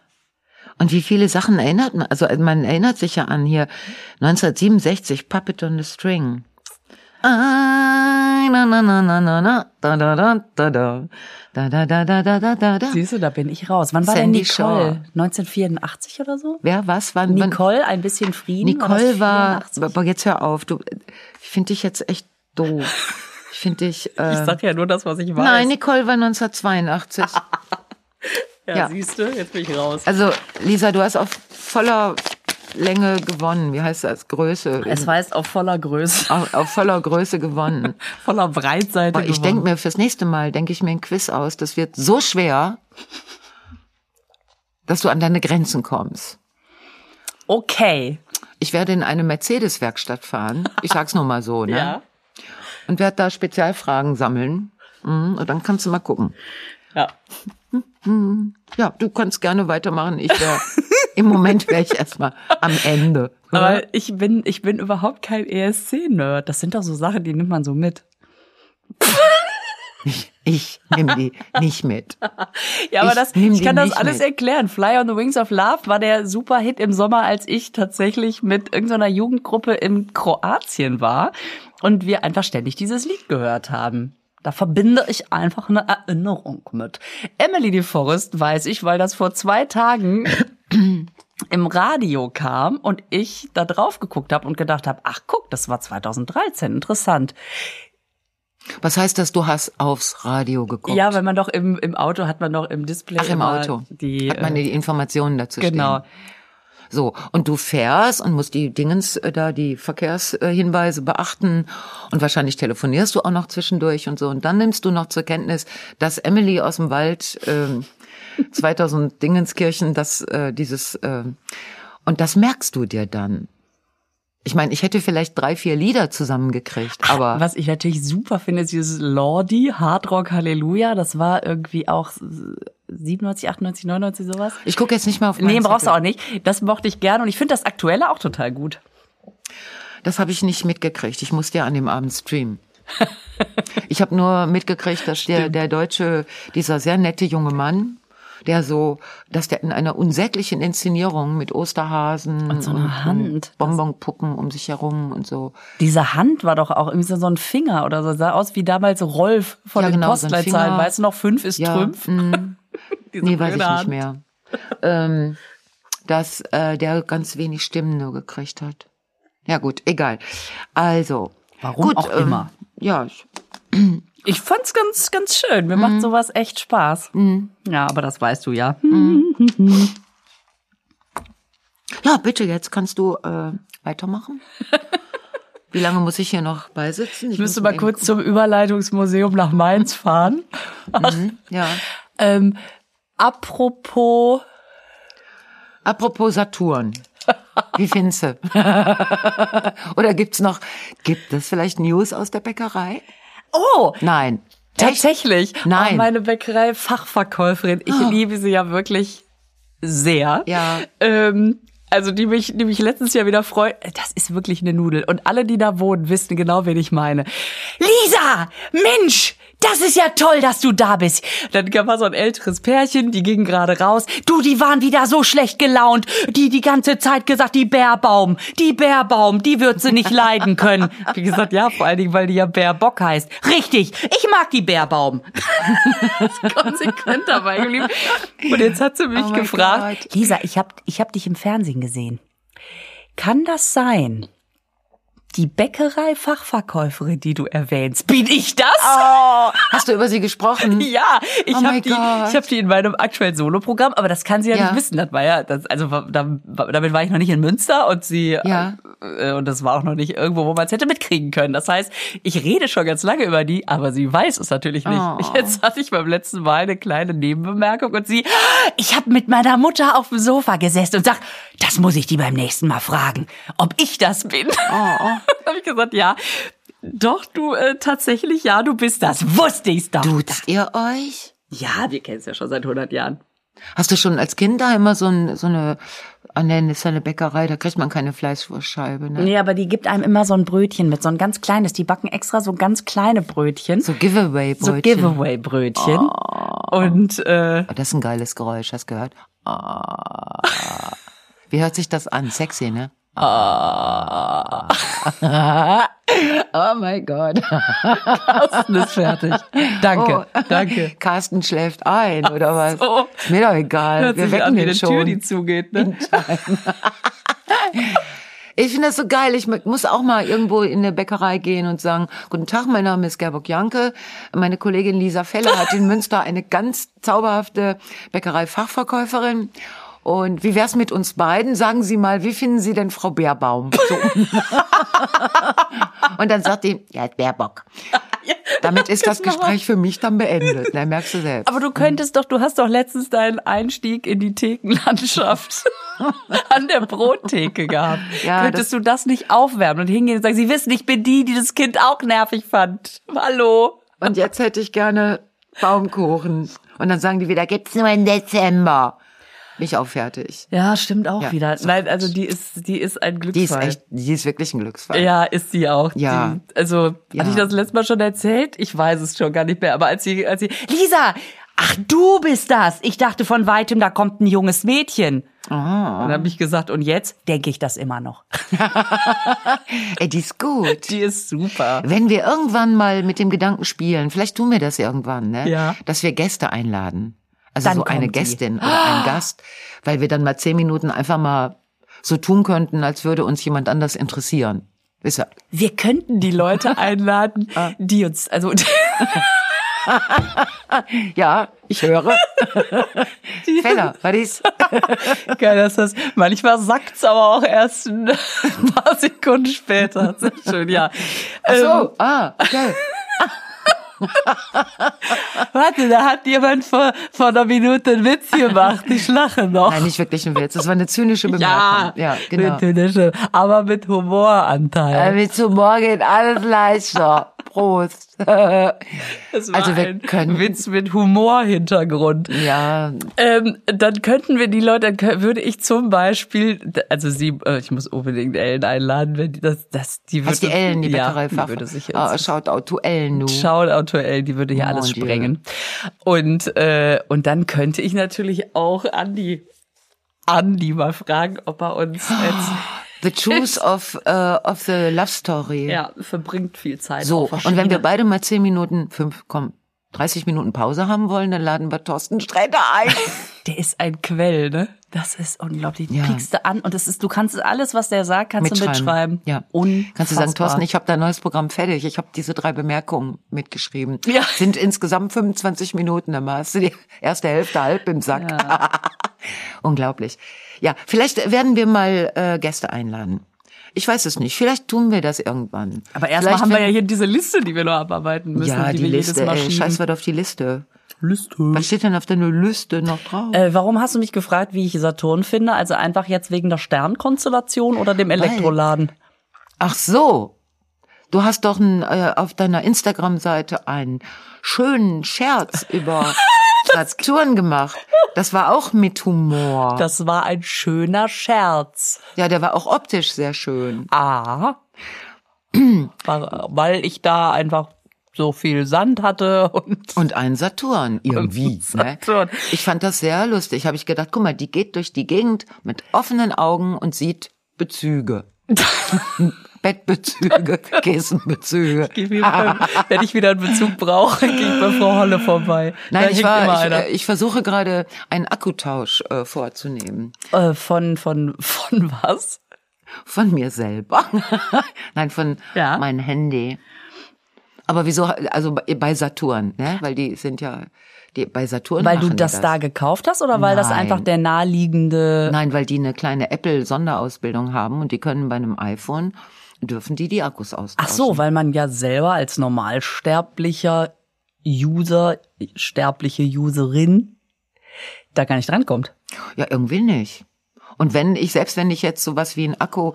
[SPEAKER 2] Und wie viele Sachen erinnert man, also man erinnert sich ja an hier 1967, Puppet on the String. Ah, na, na, na, na, na, na, da, da, da, da, da, da, da, da, da, da, da, da, da.
[SPEAKER 3] Siehst du, da bin ich raus. Wann war denn
[SPEAKER 2] Sandy
[SPEAKER 3] Nicole?
[SPEAKER 2] Shaw.
[SPEAKER 3] 1984 oder so?
[SPEAKER 2] Wer, was, wann, wann?
[SPEAKER 3] Nicole, ein bisschen Frieden.
[SPEAKER 2] Nicole war,
[SPEAKER 3] 84?
[SPEAKER 2] aber jetzt hör auf, du, ich finde dich jetzt echt doof. Ich finde dich, äh,
[SPEAKER 3] Ich sag ja nur das, was ich weiß. Ah.
[SPEAKER 2] nein, Nicole war 1982.
[SPEAKER 3] ja,
[SPEAKER 2] ja.
[SPEAKER 3] siehst du, jetzt bin ich raus.
[SPEAKER 2] Also, Lisa, du hast auf voller Länge gewonnen. Wie heißt das? Größe.
[SPEAKER 3] es heißt auf voller Größe,
[SPEAKER 2] auf, auf voller Größe gewonnen.
[SPEAKER 3] voller Breitseite.
[SPEAKER 2] Ah. Aber ich denke mir, fürs nächste Mal denke ich mir ein Quiz aus. Das wird so schwer, dass du an deine Grenzen kommst.
[SPEAKER 3] okay.
[SPEAKER 2] Ich werde in eine Mercedes-Werkstatt fahren. Ich sag's nur mal so, ne?
[SPEAKER 3] Ja.
[SPEAKER 2] Und werde da Spezialfragen sammeln. Mhm, Und dann kannst du mal gucken.
[SPEAKER 3] ja.
[SPEAKER 2] Ja, du kannst gerne weitermachen. Ich wär, im Moment wäre ich erstmal am Ende.
[SPEAKER 3] Aber ich bin, ich bin überhaupt kein ESC-Nerd. Das sind doch so Sachen, die nimmt man so mit.
[SPEAKER 2] Ich nehme die nicht mit.
[SPEAKER 3] Ja, aber
[SPEAKER 2] Ich
[SPEAKER 3] das,
[SPEAKER 2] nehm
[SPEAKER 3] ich
[SPEAKER 2] die
[SPEAKER 3] kann das
[SPEAKER 2] nicht
[SPEAKER 3] alles
[SPEAKER 2] mit.
[SPEAKER 3] erklären. Fly on the Wings of Love war der super Hit im Sommer, als ich tatsächlich mit irgendeiner Jugendgruppe in Kroatien war und wir einfach ständig dieses Lied gehört haben. Da verbinde ich einfach eine Erinnerung mit. Emily die Forest weiß ich, weil das vor zwei Tagen im Radio kam und ich da drauf geguckt habe und gedacht habe, ach guck, das war 2013, interessant.
[SPEAKER 2] Was heißt das, du hast aufs Radio geguckt?
[SPEAKER 3] Ja, wenn man doch im, im Auto hat man doch im Display
[SPEAKER 2] Ach, im
[SPEAKER 3] immer
[SPEAKER 2] Auto.
[SPEAKER 3] die
[SPEAKER 2] Hat man
[SPEAKER 3] äh,
[SPEAKER 2] die Informationen dazu
[SPEAKER 3] genau.
[SPEAKER 2] stehen. So, und du fährst und musst die Dingens äh, da, die Verkehrshinweise beachten und wahrscheinlich telefonierst du auch noch zwischendurch und so. Und dann nimmst du noch zur Kenntnis, dass Emily aus dem Wald ähm, 2000 Dingenskirchen, das, äh, dieses, äh, und das merkst du dir dann. Ich meine, ich hätte vielleicht drei, vier Lieder zusammengekriegt, aber
[SPEAKER 3] Was ich natürlich super finde, ist dieses Lordi, Hard Rock Halleluja. Das war irgendwie auch 97, 98, 99, sowas.
[SPEAKER 2] ich gucke jetzt nicht mal auf meinen
[SPEAKER 3] Nee, brauchst du
[SPEAKER 2] Zettel.
[SPEAKER 3] auch nicht. Das mochte ich gerne und ich finde das Aktuelle auch total gut.
[SPEAKER 2] Das habe ich nicht mitgekriegt. Ich musste ja an dem Abend streamen. Ich habe nur mitgekriegt, dass der, der deutsche, dieser sehr nette junge Mann, der so, dass der in einer unsäglichen Inszenierung mit Osterhasen und,
[SPEAKER 3] so einer Hand.
[SPEAKER 2] Bonbonpuppen um sich herum und so.
[SPEAKER 3] Diese Hand war doch auch irgendwie so so ein Finger oder so. Sah aus wie damals Rolf von
[SPEAKER 2] Ja,
[SPEAKER 3] den
[SPEAKER 2] genau, so ein
[SPEAKER 3] Postleitzahlen.
[SPEAKER 2] Finger.
[SPEAKER 3] weißt du noch, fünf ist
[SPEAKER 2] Ja,
[SPEAKER 3] Trümpf?
[SPEAKER 2] mm,
[SPEAKER 3] Diese
[SPEAKER 2] nee, weiß
[SPEAKER 3] blöde
[SPEAKER 2] ich nicht
[SPEAKER 3] Hand.
[SPEAKER 2] mehr. ähm, dass äh, der ganz wenig Stimmen nur gekriegt hat. Ja gut, egal. Also.
[SPEAKER 3] Warum
[SPEAKER 2] gut, ähm,
[SPEAKER 3] auch immer.
[SPEAKER 2] Ja, ich-
[SPEAKER 3] Ich fand's ganz, ganz schön. Mir
[SPEAKER 2] Mhm.
[SPEAKER 3] macht sowas echt Spaß. Ja, aber das weißt du ja.
[SPEAKER 2] Ja, bitte, jetzt kannst du äh, weitermachen. Wie lange muss ich hier noch beisitzen?
[SPEAKER 3] Ich müsste
[SPEAKER 2] muss
[SPEAKER 3] mal
[SPEAKER 2] eben-
[SPEAKER 3] kurz zum Überleitungsmuseum nach Mainz fahren.
[SPEAKER 2] Ja.
[SPEAKER 3] Ähm, apropos,
[SPEAKER 2] Apropos Saturn. Wie findest du? Oder gibt's noch, gibt es vielleicht News aus der Bäckerei?
[SPEAKER 3] oh,
[SPEAKER 2] Nein.
[SPEAKER 3] tatsächlich,
[SPEAKER 2] Nein.
[SPEAKER 3] Oh, meine Bäckerei Fachverkäuferin, ich liebe sie ja wirklich sehr.
[SPEAKER 2] Ja.
[SPEAKER 3] Ähm, also die mich, die mich letztens ja wieder freut, das ist wirklich eine Nudel. Und alle, die da wohnen, wissen genau, wen ich meine. Lisa, Mensch, das ist ja toll, dass du da bist. Dann kam mal so ein älteres Pärchen, die gingen gerade raus. Du, die waren wieder so schlecht gelaunt. Die die ganze Zeit gesagt, die Bärbaum, die Bärbaum, die wird sie nicht leiden können. Wie gesagt, ja, vor allen Dingen, weil die ja Bärbock heißt. Richtig, ich mag die Bärbaum. konsequent dabei geblieben. Und jetzt hat sie mich
[SPEAKER 2] Oh mein
[SPEAKER 3] gefragt,
[SPEAKER 2] Gott.
[SPEAKER 3] Lisa, ich hab, ich hab dich im Fernsehen gesehen. Kann das sein? Die Bäckerei-Fachverkäuferin, die du erwähnst, bin ich das?
[SPEAKER 2] Oh, Hast du über sie gesprochen?
[SPEAKER 3] Ja, ich
[SPEAKER 2] Oh
[SPEAKER 3] hab
[SPEAKER 2] mein
[SPEAKER 3] habe die,
[SPEAKER 2] Gott.
[SPEAKER 3] ich hab die in meinem aktuellen Soloprogramm, aber das kann sie ja,
[SPEAKER 2] Ja.
[SPEAKER 3] nicht wissen. Das war ja, das, also wa- da, wa- damit war ich noch nicht in Münster und sie
[SPEAKER 2] Ja.
[SPEAKER 3] äh, und das war auch noch nicht irgendwo, wo man es hätte mitkriegen können. Das heißt, ich rede schon ganz lange über die, aber sie weiß es natürlich nicht.
[SPEAKER 2] Oh.
[SPEAKER 3] Jetzt hatte ich beim letzten Mal eine kleine Nebenbemerkung und sie, ich habe mit meiner Mutter auf dem Sofa gesessen und sagt, das muss ich die beim nächsten Mal fragen, ob ich das bin.
[SPEAKER 2] Oh,
[SPEAKER 3] habe ich gesagt, ja. Doch, du äh, tatsächlich, ja, du bist das. Wusste ich's doch.
[SPEAKER 2] Duzt ihr euch?
[SPEAKER 3] Ja, wir kennen es ja schon seit 100 Jahren.
[SPEAKER 2] Hast du schon als Kind da immer so, ein, so eine Ah nein, ist ja eine Bäckerei, da kriegt man keine Fleischwurstscheibe. Ne?
[SPEAKER 3] Nee, aber die gibt einem immer so ein Brötchen mit, so ein ganz kleines. Die backen extra so ganz kleine Brötchen.
[SPEAKER 2] So giveaway
[SPEAKER 3] So Giveaway-Brötchen. Und äh,
[SPEAKER 2] Ah, Das ist ein geiles Geräusch, hast gehört? Ah. Wie hört sich das an? Sexy, ne? Ah. oh mein Gott.
[SPEAKER 3] Carsten ist fertig. Danke,
[SPEAKER 2] Oh.
[SPEAKER 3] danke.
[SPEAKER 2] Carsten schläft ein, oder was?
[SPEAKER 3] so.
[SPEAKER 2] Ist mir doch egal.
[SPEAKER 3] Hört
[SPEAKER 2] Wir
[SPEAKER 3] sich
[SPEAKER 2] wecken
[SPEAKER 3] an wie
[SPEAKER 2] den
[SPEAKER 3] eine
[SPEAKER 2] schon.
[SPEAKER 3] Tür, die zugeht. Ne?
[SPEAKER 2] Ich finde das so geil. Ich muss auch mal irgendwo in eine Bäckerei gehen und sagen, guten Tag, mein Name ist Gerburg Janke. Meine Kollegin Lisa Feller hat in Münster eine ganz zauberhafte Bäckerei-Fachverkäuferin. Und wie wär's mit uns beiden? Sagen Sie mal, wie finden Sie denn Frau Bärbaum? So. und dann sagt die, ja, Bärbock. Damit ist das Gespräch für mich dann beendet. Na, merkst du selbst.
[SPEAKER 3] Aber du könntest doch, du hast doch letztens deinen Einstieg in die Thekenlandschaft an der Brottheke gehabt.
[SPEAKER 2] Ja,
[SPEAKER 3] könntest du das nicht aufwärmen und hingehen und sagen, sie wissen, ich bin die, die das Kind auch nervig fand. Hallo.
[SPEAKER 2] Und jetzt hätte ich gerne Baumkuchen. Und dann sagen die wieder, gibt's nur im Dezember. Bin ich auch fertig.
[SPEAKER 3] Ja, stimmt auch
[SPEAKER 2] Ja,
[SPEAKER 3] wieder.
[SPEAKER 2] so
[SPEAKER 3] Nein, also die ist, die ist ein Glücksfall.
[SPEAKER 2] Die ist echt, die ist wirklich ein Glücksfall.
[SPEAKER 3] Ja, ist sie auch.
[SPEAKER 2] Ja.
[SPEAKER 3] Die, also,
[SPEAKER 2] Ja.
[SPEAKER 3] hatte ich das letztes Mal schon erzählt? Ich weiß es schon gar nicht mehr, aber als sie, als sie, Lisa! Ach, du bist das! Ich dachte von weitem, da kommt ein junges Mädchen. Und dann habe ich gesagt, und jetzt denke ich das immer noch.
[SPEAKER 2] Ey, die ist gut.
[SPEAKER 3] Die ist super.
[SPEAKER 2] Wenn wir irgendwann mal mit dem Gedanken spielen, vielleicht tun wir das irgendwann, ne?
[SPEAKER 3] Ja.
[SPEAKER 2] Dass wir Gäste einladen. Also
[SPEAKER 3] Dann
[SPEAKER 2] so eine
[SPEAKER 3] kommt die.
[SPEAKER 2] Gästin oder einen Gast, weil wir dann mal zehn Minuten einfach mal so tun könnten, als würde uns jemand anders interessieren. Wisst ihr?
[SPEAKER 3] Wir könnten die Leute einladen,
[SPEAKER 2] Ah.
[SPEAKER 3] die uns, also,
[SPEAKER 2] Ja, ich höre. Feller, was ist?
[SPEAKER 3] geil, dass das, manchmal sackt's aber auch erst ein paar Sekunden später. Sehr schön, ja.
[SPEAKER 2] Ach
[SPEAKER 3] Ähm,
[SPEAKER 2] So, ah, okay.
[SPEAKER 3] Warte, da hat jemand vor, vor einer Minute einen Witz gemacht. Ich lache noch.
[SPEAKER 2] Nein, nicht wirklich ein Witz. Das war eine zynische Bemerkung. Ja, genau.
[SPEAKER 3] Mit Dünnische, aber mit
[SPEAKER 2] Äh,
[SPEAKER 3] Humoranteil.
[SPEAKER 2] Mit zu morgen alles leichter. Prost.
[SPEAKER 3] Das war
[SPEAKER 2] also wir
[SPEAKER 3] ein
[SPEAKER 2] können-
[SPEAKER 3] Witz mit Humorhintergrund.
[SPEAKER 2] ja,
[SPEAKER 3] Ähm, dann könnten wir die Leute, dann kö- würde ich zum Beispiel, also sie, äh, ich muss unbedingt Ellen einladen, wenn die das, das die würde,
[SPEAKER 2] heißt die Ellen, die
[SPEAKER 3] ja,
[SPEAKER 2] Bäckerei
[SPEAKER 3] die würde sich jetzt
[SPEAKER 2] Ah, oh, schaut auch to Ellen nu.
[SPEAKER 3] Schauen aktuell, die würde hier alles
[SPEAKER 2] Mon Dieu.
[SPEAKER 3] sprengen. Und, äh, und dann könnte ich natürlich auch Andi, Andi mal fragen, ob er uns
[SPEAKER 2] Oh.
[SPEAKER 3] jetzt,
[SPEAKER 2] The truth of, äh, of the love story.
[SPEAKER 3] ja, verbringt viel Zeit.
[SPEAKER 2] so,
[SPEAKER 3] auf
[SPEAKER 2] und wenn wir
[SPEAKER 3] verschiedenen-
[SPEAKER 2] beide mal zehn Minuten, fünf, komm, 30 Minuten Pause haben wollen, dann laden wir Thorsten Sträter ein.
[SPEAKER 3] Der ist ein Quell, ne? Das ist unglaublich. Die
[SPEAKER 2] Ja.
[SPEAKER 3] piekst du an und das ist, du kannst alles, was der sagt, kannst du mitschreiben.
[SPEAKER 2] Ja.
[SPEAKER 3] Unfassbar.
[SPEAKER 2] Kannst du sagen, Thorsten, ich habe dein neues Programm fertig. Ich habe diese drei Bemerkungen mitgeschrieben.
[SPEAKER 3] Ja.
[SPEAKER 2] Sind insgesamt 25 Minuten, dann hast du die erste Hälfte halb im Sack. Unglaublich. Ja, vielleicht werden wir mal äh, Gäste einladen. Ich weiß es nicht. Vielleicht tun wir das irgendwann.
[SPEAKER 3] Aber erstmal
[SPEAKER 2] Vielleicht,
[SPEAKER 3] haben wir ja
[SPEAKER 2] wenn-
[SPEAKER 3] hier diese Liste, die wir noch abarbeiten müssen,
[SPEAKER 2] ja,
[SPEAKER 3] die,
[SPEAKER 2] die,
[SPEAKER 3] wir
[SPEAKER 2] Liste.
[SPEAKER 3] jedes Mal
[SPEAKER 2] Ey,
[SPEAKER 3] schieben.
[SPEAKER 2] scheiß mal auf die Liste.
[SPEAKER 3] Liste.
[SPEAKER 2] Was steht denn auf deiner Liste noch drauf?
[SPEAKER 3] Äh, warum hast du mich gefragt, wie ich Saturn finde? Also einfach jetzt wegen der Sternkonstellation oder dem Elektroladen?
[SPEAKER 2] Ach so. Du hast doch ein, äh, auf deiner Instagram-Seite einen schönen Scherz über Saturn gemacht. Das war auch mit Humor.
[SPEAKER 3] Das war ein schöner Scherz.
[SPEAKER 2] ja, der war auch optisch sehr schön.
[SPEAKER 3] Ah. War- Weil ich da einfach so viel Sand hatte und
[SPEAKER 2] Und ein Saturn, irgendwie.
[SPEAKER 3] Saturn.
[SPEAKER 2] Ne? Ich fand das sehr lustig. Habe ich gedacht, guck mal, die geht durch die Gegend mit offenen Augen und sieht Bezüge. Bettbezüge, Kissenbezüge.
[SPEAKER 3] Geh mir beim- wenn ich wieder einen Bezug brauche, gehe ich bei Frau Holle vorbei.
[SPEAKER 2] Nein,
[SPEAKER 3] da
[SPEAKER 2] ich,
[SPEAKER 3] hängt immer
[SPEAKER 2] war, ich,
[SPEAKER 3] einer.
[SPEAKER 2] äh, ich versuche gerade einen Akkutausch äh, vorzunehmen.
[SPEAKER 3] äh, von von von was?
[SPEAKER 2] Von mir selber. Nein, von
[SPEAKER 3] Ja.
[SPEAKER 2] meinem Handy. Aber wieso, also bei Saturn, ne? Weil die sind ja, die, bei Saturn
[SPEAKER 3] Weil du
[SPEAKER 2] machen die
[SPEAKER 3] das, da gekauft hast oder weil das
[SPEAKER 2] Nein.
[SPEAKER 3] einfach der naheliegende
[SPEAKER 2] Nein, weil die eine kleine Apple-Sonderausbildung haben und die können bei einem iPhone, dürfen die die Akkus austauschen.
[SPEAKER 3] Ach so, weil man ja selber als normalsterblicher User, sterbliche Userin da gar nicht drankommt.
[SPEAKER 2] Ja, irgendwie nicht. Und wenn ich, selbst wenn ich jetzt sowas wie ein Akku,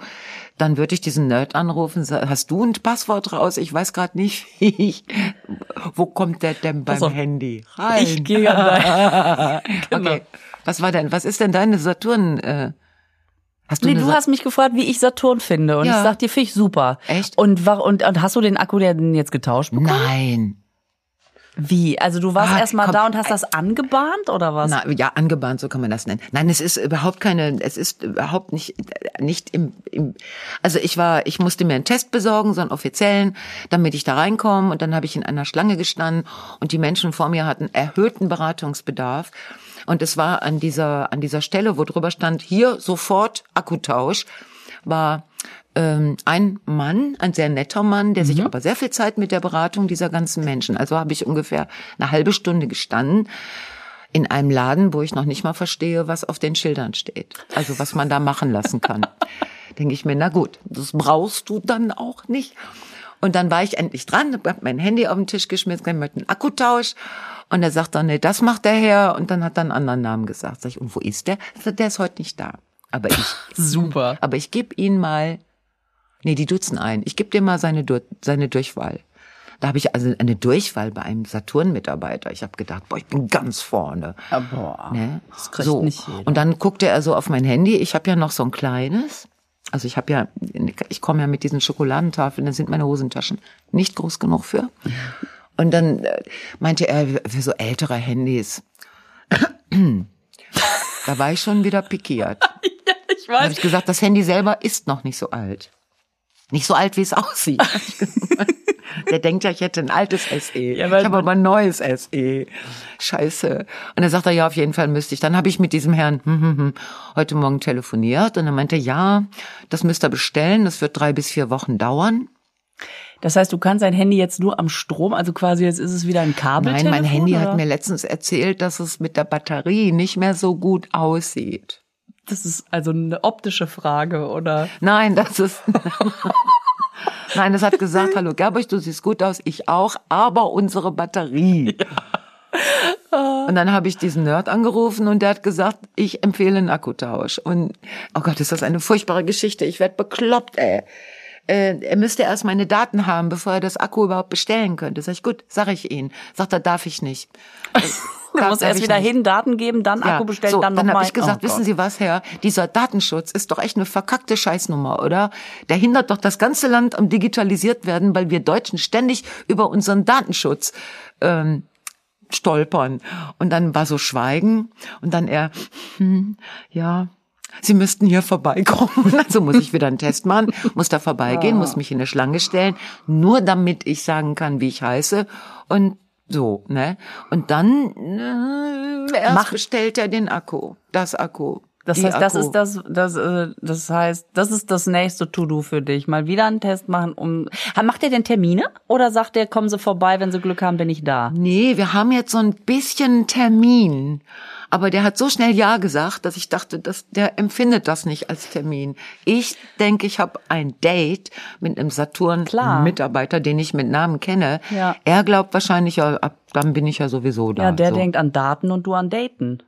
[SPEAKER 2] dann würde ich diesen Nerd anrufen, sa- hast du ein Passwort raus? Ich weiß gerade nicht, wie ich, wo kommt der denn beim
[SPEAKER 3] Pass auf,
[SPEAKER 2] Handy rein?
[SPEAKER 3] Ich gehe an dein-
[SPEAKER 2] Okay. Was war denn, was ist denn deine Saturn, äh, Hast
[SPEAKER 3] Nee,
[SPEAKER 2] eine
[SPEAKER 3] du
[SPEAKER 2] Sa-
[SPEAKER 3] hast mich gefragt, wie ich Saturn finde. Und
[SPEAKER 2] Ja.
[SPEAKER 3] ich sagte, finde ich super.
[SPEAKER 2] Echt?
[SPEAKER 3] Und, wa- und, und hast du den Akku denn jetzt getauscht bekommen?
[SPEAKER 2] Nein.
[SPEAKER 3] Wie? Also du warst
[SPEAKER 2] Ah,
[SPEAKER 3] erstmal
[SPEAKER 2] komm.
[SPEAKER 3] da und hast das angebahnt oder was?
[SPEAKER 2] Na, ja, angebahnt, so kann man das nennen. Nein, es ist überhaupt keine, es ist überhaupt nicht, nicht im, im, also ich war, ich musste mir einen Test besorgen, so einen offiziellen, damit ich da reinkomme und dann habe ich in einer Schlange gestanden und die Menschen vor mir hatten erhöhten Beratungsbedarf und es war an dieser, an dieser Stelle, wo drüber stand, hier sofort Akkutausch, war ähm, ein Mann, ein sehr netter Mann, der sich aber sehr viel Zeit mit der Beratung dieser ganzen Menschen, also habe ich ungefähr eine halbe Stunde gestanden in einem Laden, wo ich noch nicht mal verstehe, was auf den Schildern steht. Also was man da machen lassen kann. Denke ich mir, na gut, das brauchst du dann auch nicht. Und dann war ich endlich dran, hab mein Handy auf den Tisch geschmissen, ich möchte einen Akkutausch. Und er sagt dann, nee, das macht der Herr. Und dann hat er einen anderen Namen gesagt. Sag ich, und wo ist der? Er sagt, Der ist heute nicht da. Aber ich,
[SPEAKER 3] Super.
[SPEAKER 2] aber ich gebe ihn mal, nee, die duzen ein. Ich gebe dir mal seine, Dur seine Durchwahl. Da habe ich also eine Durchwahl bei einem Saturn-Mitarbeiter. Ich habe gedacht, boah, ich bin ganz vorne.
[SPEAKER 3] Ah, boah.
[SPEAKER 2] Ne?
[SPEAKER 3] Das kriegt
[SPEAKER 2] so.
[SPEAKER 3] nicht jeder.
[SPEAKER 2] Und dann guckte er so auf mein Handy. Ich habe ja noch so ein kleines. Also ich habe ja, ich komme ja mit diesen Schokoladentafeln, da sind meine Hosentaschen nicht groß genug für. Und dann äh, meinte er, für so ältere Handys. da war ich schon wieder pikiert.
[SPEAKER 3] Ich
[SPEAKER 2] Da habe
[SPEAKER 3] weiß.
[SPEAKER 2] ich gesagt, das Handy selber ist noch nicht so alt. Nicht so alt, wie es aussieht. Der denkt ja, ich hätte ein altes SE.
[SPEAKER 3] weil-
[SPEAKER 2] ich habe aber ein neues SE. Scheiße. Und dann sagt er, ja, auf jeden Fall müsste ich. Dann habe ich mit diesem Herrn hm, hm, hm, heute Morgen telefoniert und er meinte, ja, das müsst ihr bestellen. Das wird drei bis vier Wochen dauern.
[SPEAKER 3] Das heißt, du kannst dein Handy jetzt nur am Strom, also quasi jetzt ist es wieder ein Kabel.
[SPEAKER 2] Nein, mein Handy hat mir letztens erzählt, dass es mit der Batterie nicht mehr so gut aussieht.
[SPEAKER 3] Das ist also eine optische Frage, oder?
[SPEAKER 2] Nein, das ist. Nein, das hat gesagt, hallo Gerbrich, du siehst gut aus, ich auch, aber unsere Batterie. Und dann habe ich diesen Nerd angerufen und der hat gesagt, ich empfehle einen Akkutausch. Und oh Gott, ist das eine furchtbare Geschichte. Ich werde bekloppt, ey. Äh, er müsste erst meine Daten haben, bevor er das Akku überhaupt bestellen könnte. Sag ich, gut, sag ich ihn. Sagt er, darf ich nicht.
[SPEAKER 3] Du musst erst wieder hin, Daten geben, dann
[SPEAKER 2] Ja,
[SPEAKER 3] Akku bestellen,
[SPEAKER 2] so,
[SPEAKER 3] dann
[SPEAKER 2] dann
[SPEAKER 3] nochmal.
[SPEAKER 2] habe ich gesagt,
[SPEAKER 3] oh,
[SPEAKER 2] wissen Sie was, Herr, dieser Datenschutz ist doch echt eine verkackte Scheißnummer, oder? Der hindert doch das ganze Land am digitalisiert werden, weil wir Deutschen ständig über unseren Datenschutz ähm, stolpern. Und dann war so Schweigen und dann er, hm, ja. Sie müssten hier vorbeikommen. Also muss ich wieder einen Test machen, muss da vorbeigehen, muss mich in eine Schlange stellen, nur damit ich sagen kann, wie ich heiße und so, ne? Und dann äh, erst
[SPEAKER 3] Mach-
[SPEAKER 2] bestellt er den Akku, das Akku.
[SPEAKER 3] Das
[SPEAKER 2] die
[SPEAKER 3] heißt, das
[SPEAKER 2] Akku.
[SPEAKER 3] ist das, das, äh, das heißt, das ist das nächste To-Do für dich. Mal wieder einen Test machen, um. Ha, Macht ihr denn Termine? Oder sagt ihr, kommen Sie vorbei, wenn Sie Glück haben, bin ich da?
[SPEAKER 2] Nee, wir haben jetzt so ein bisschen Termin. Aber der hat so schnell Ja gesagt, dass ich dachte, dass der empfindet das nicht als Termin. Ich denke, ich habe ein Date mit einem
[SPEAKER 3] Klar.
[SPEAKER 2] Saturn-Mitarbeiter, den ich mit Namen kenne.
[SPEAKER 3] Ja.
[SPEAKER 2] Er glaubt wahrscheinlich, ja, ab dann bin ich ja sowieso da.
[SPEAKER 3] Ja, der
[SPEAKER 2] so.
[SPEAKER 3] denkt an Daten und du an Daten.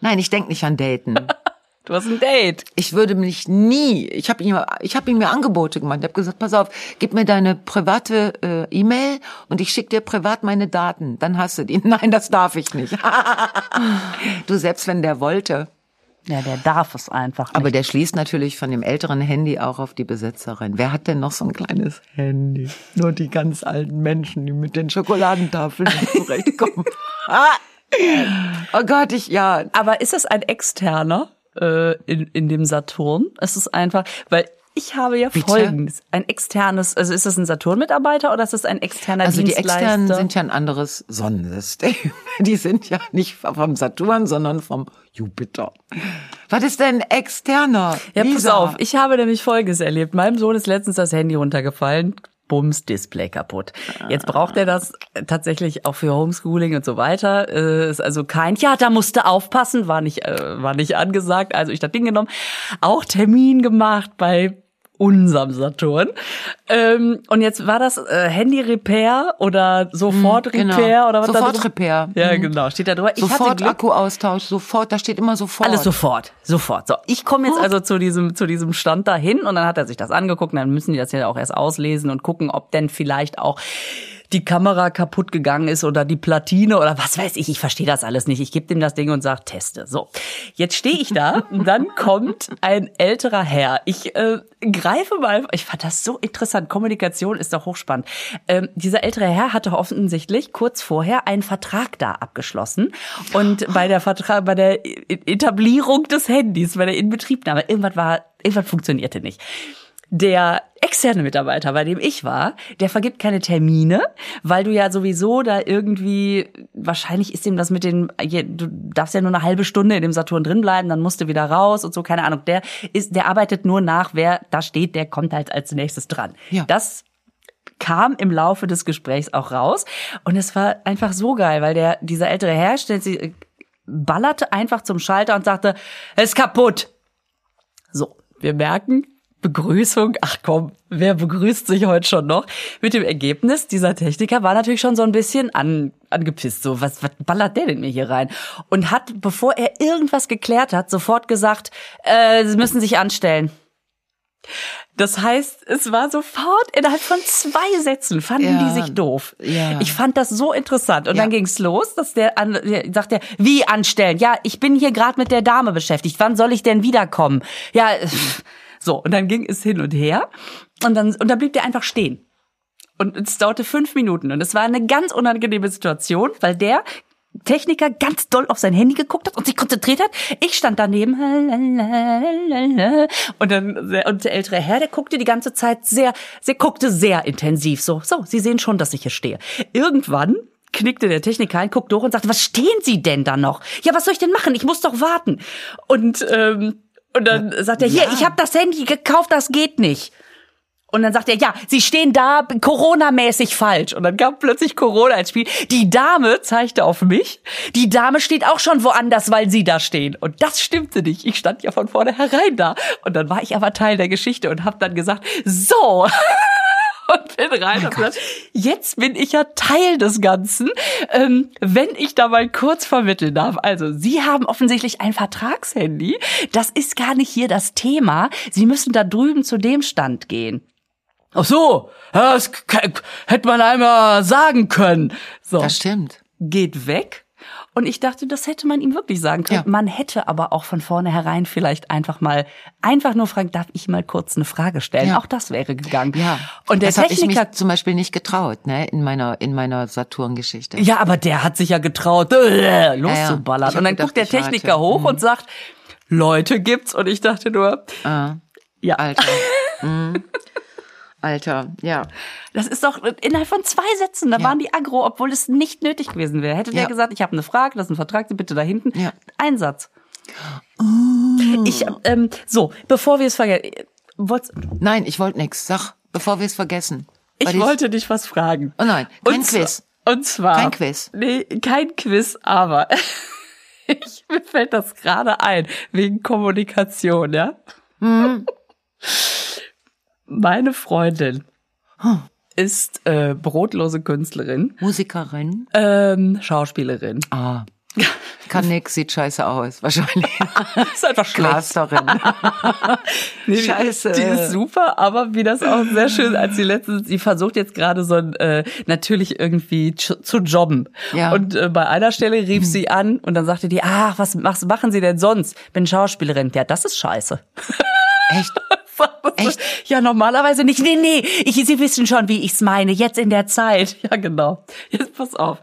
[SPEAKER 2] Nein, ich denke nicht an Daten.
[SPEAKER 3] Du hast ein Date.
[SPEAKER 2] Ich würde mich nie, ich habe ihm, ich habe ihm mir Angebote gemacht. Ich habe gesagt, pass auf, gib mir deine private äh, E-Mail und ich schicke dir privat meine Daten. Dann hast du die. Nein, das darf ich nicht. du, selbst wenn der wollte.
[SPEAKER 3] Ja, der darf es einfach.
[SPEAKER 2] Aber
[SPEAKER 3] nicht.
[SPEAKER 2] der schließt natürlich von dem älteren Handy auch auf die Besitzerin. Wer hat denn noch so ein kleines Handy? Nur die ganz alten Menschen, die mit den Schokoladentafeln nicht zurechtkommen. Ah! oh Gott, ich, ja,
[SPEAKER 3] Aber ist das ein externer äh, in, in dem Saturn? Es ist einfach, weil ich habe ja
[SPEAKER 2] Bitte?
[SPEAKER 3] folgendes. Ein externes, also ist das ein Saturn-Mitarbeiter oder ist das ein externer
[SPEAKER 2] Also die
[SPEAKER 3] Dienstleister?
[SPEAKER 2] externen sind ja ein anderes Sonnensystem. Die sind ja nicht vom Saturn, sondern vom Jupiter. Was ist denn externer?
[SPEAKER 3] Ja, pass
[SPEAKER 2] Lisa?
[SPEAKER 3] auf, ich habe nämlich Folgendes erlebt. Meinem Sohn ist letztens das Handy runtergefallen. Bums, Display kaputt. Jetzt braucht er das tatsächlich auch für Homeschooling und so weiter. Äh, Ist also kein, ja, da musste aufpassen, war nicht, äh, war nicht angesagt. Also ich das Ding genommen. Auch Termin gemacht bei unserem Saturn. Ähm, und jetzt war das äh, Handy Repair oder sofort
[SPEAKER 2] genau.
[SPEAKER 3] Repair oder was da
[SPEAKER 2] Sofort
[SPEAKER 3] drin-
[SPEAKER 2] Repair.
[SPEAKER 3] Ja, genau, steht da drüber. ich hatte
[SPEAKER 2] Sofort
[SPEAKER 3] Glück,
[SPEAKER 2] Akkuaustausch, sofort, da steht immer sofort.
[SPEAKER 3] alles sofort, sofort. So, ich komme jetzt also zu diesem zu diesem Stand dahin und dann hat er sich das angeguckt und dann müssen die das ja auch erst auslesen und gucken, ob denn vielleicht auch die Kamera kaputt gegangen ist oder die Platine oder was weiß ich. Ich verstehe das alles nicht. Ich gebe dem das Ding und sage, teste. So, jetzt stehe ich da und dann kommt ein älterer Herr. Ich äh, greife mal, ich fand das so interessant. Kommunikation ist doch hochspannend. Ähm, dieser ältere Herr hatte offensichtlich kurz vorher einen Vertrag da abgeschlossen und bei der Vertrag, bei der Etablierung des Handys, bei der Inbetriebnahme, irgendwas war, irgendwas funktionierte nicht der externe Mitarbeiter, bei dem ich war, der vergibt keine Termine, weil du ja sowieso da irgendwie, wahrscheinlich ist ihm das mit den, du darfst ja nur eine halbe Stunde in dem Saturn drin bleiben, dann musst du wieder raus und so, keine Ahnung. Der ist, der arbeitet nur nach, wer da steht, der kommt halt als nächstes dran.
[SPEAKER 2] Ja.
[SPEAKER 3] Das kam im Laufe des Gesprächs auch raus und es war einfach so geil, weil der, dieser ältere Herr stellt sie, äh, ballerte einfach zum Schalter und sagte, es ist kaputt. So. Wir merken, Begrüßung, ach komm, wer begrüßt sich heute schon noch? Mit dem Ergebnis, dieser Techniker war natürlich schon so ein bisschen an, angepisst, so, was, was ballert der denn mir hier rein? Und hat, bevor er irgendwas geklärt hat, sofort gesagt, äh, sie müssen sich anstellen. Das heißt, es war sofort innerhalb von zwei Sätzen fanden
[SPEAKER 2] Ja.
[SPEAKER 3] die sich doof.
[SPEAKER 2] Ja.
[SPEAKER 3] Ich fand das so interessant. Und
[SPEAKER 2] Ja.
[SPEAKER 3] dann ging's los, dass der, an, der sagt der, wie anstellen? Ja, ich bin hier gerade mit der Dame beschäftigt. Wann soll ich denn wiederkommen? Ja, so. Und dann ging es hin und her. Und dann, und dann blieb der einfach stehen. Und es dauerte fünf Minuten. Und es war eine ganz unangenehme Situation, weil der Techniker ganz doll auf sein Handy geguckt hat und sich konzentriert hat. Ich stand daneben. Und dann, sehr- und der ältere Herr, der guckte die ganze Zeit sehr, sehr, guckte sehr intensiv. So, so, Sie sehen schon, dass ich hier stehe. Irgendwann knickte der Techniker ein, guckte hoch und sagte, was stehen Sie denn da noch? Ja, was soll ich denn machen? Ich muss doch warten. Und, ähm, und dann sagt er, hier, ich habe das Handy gekauft, das geht nicht. Und dann sagt er, ja, sie stehen da Corona-mäßig falsch. Und dann kam plötzlich Corona ins Spiel. Die Dame zeigte auf mich. Die Dame steht auch schon woanders, weil sie da stehen. Und das stimmte nicht. Ich stand ja von vornherein da. Und dann war ich aber Teil der Geschichte und habe dann gesagt, so. Und bin rein und gesagt, jetzt bin ich ja Teil des Ganzen, ähm, wenn ich da mal kurz vermitteln darf. Also, Sie haben offensichtlich ein Vertragshandy. Das ist gar nicht hier das Thema. Sie müssen da drüben zu dem Stand gehen. Ach so, ja, das k- k- hätte man einmal sagen können. So,
[SPEAKER 2] Das stimmt.
[SPEAKER 3] geht weg. Und ich dachte, das hätte man ihm wirklich sagen können.
[SPEAKER 2] Ja.
[SPEAKER 3] Man hätte aber auch von vornherein vielleicht einfach mal, einfach nur fragen, darf ich mal kurz eine Frage stellen?
[SPEAKER 2] Ja.
[SPEAKER 3] Auch das wäre gegangen.
[SPEAKER 2] Ja.
[SPEAKER 3] Und der
[SPEAKER 2] das habe ich mich
[SPEAKER 3] Techniker
[SPEAKER 2] zum Beispiel nicht getraut, ne? In meiner in meiner Saturn-Geschichte.
[SPEAKER 3] Ja, aber der hat sich ja getraut, äh,
[SPEAKER 2] Ja, ja.
[SPEAKER 3] loszuballern.
[SPEAKER 2] Ich hab
[SPEAKER 3] Und dann
[SPEAKER 2] gedacht,
[SPEAKER 3] guckt der
[SPEAKER 2] ich warte. Mhm.
[SPEAKER 3] Techniker hoch und sagt, Leute gibt's. Und ich dachte nur,
[SPEAKER 2] Ah,
[SPEAKER 3] ja,
[SPEAKER 2] Alter. Mhm. Alter, ja.
[SPEAKER 3] das ist doch innerhalb von zwei Sätzen. Da
[SPEAKER 2] Ja.
[SPEAKER 3] waren die aggro, obwohl es nicht nötig gewesen wäre. Hätte der
[SPEAKER 2] Ja.
[SPEAKER 3] gesagt, ich habe eine Frage, das ist ein Vertrag, Sie bitte da hinten.
[SPEAKER 2] Ja. Oh.
[SPEAKER 3] Ein Satz. Ich, ähm, so, bevor wir es vergessen, wollt's-
[SPEAKER 2] Nein, ich wollte nix. Sag, bevor wir es vergessen.
[SPEAKER 3] ich
[SPEAKER 2] Weil
[SPEAKER 3] wollte dich was fragen.
[SPEAKER 2] Oh nein, kein
[SPEAKER 3] und zwar-
[SPEAKER 2] Quiz.
[SPEAKER 3] Und zwar.
[SPEAKER 2] Kein Quiz.
[SPEAKER 3] Nee, kein Quiz, aber ich, mir fällt das gerade ein, wegen Kommunikation, ja?
[SPEAKER 2] Hm.
[SPEAKER 3] Meine Freundin ist äh, brotlose Künstlerin,
[SPEAKER 2] Musikerin.
[SPEAKER 3] ähm, Schauspielerin.
[SPEAKER 2] Ah. Kann nix, sieht scheiße aus, wahrscheinlich.
[SPEAKER 3] Ist einfach schlecht.
[SPEAKER 2] Casterin.
[SPEAKER 3] Nee, die-
[SPEAKER 2] Scheiße.
[SPEAKER 3] Die ist super, aber wie das auch sehr schön, als sie letztens, sie versucht jetzt gerade so ein, äh, natürlich irgendwie zu, zu jobben.
[SPEAKER 2] Ja. Hm.
[SPEAKER 3] Und äh, bei einer Stelle rief sie an und dann sagte die, ach, was machst, machen Sie denn sonst? Bin Schauspielerin. Ja, das ist scheiße.
[SPEAKER 2] Echt? Echt?
[SPEAKER 3] Ja, normalerweise nicht. Nee, nee, ich, Sie wissen schon, wie ich's meine, jetzt in der Zeit. Ja, genau. Jetzt pass auf.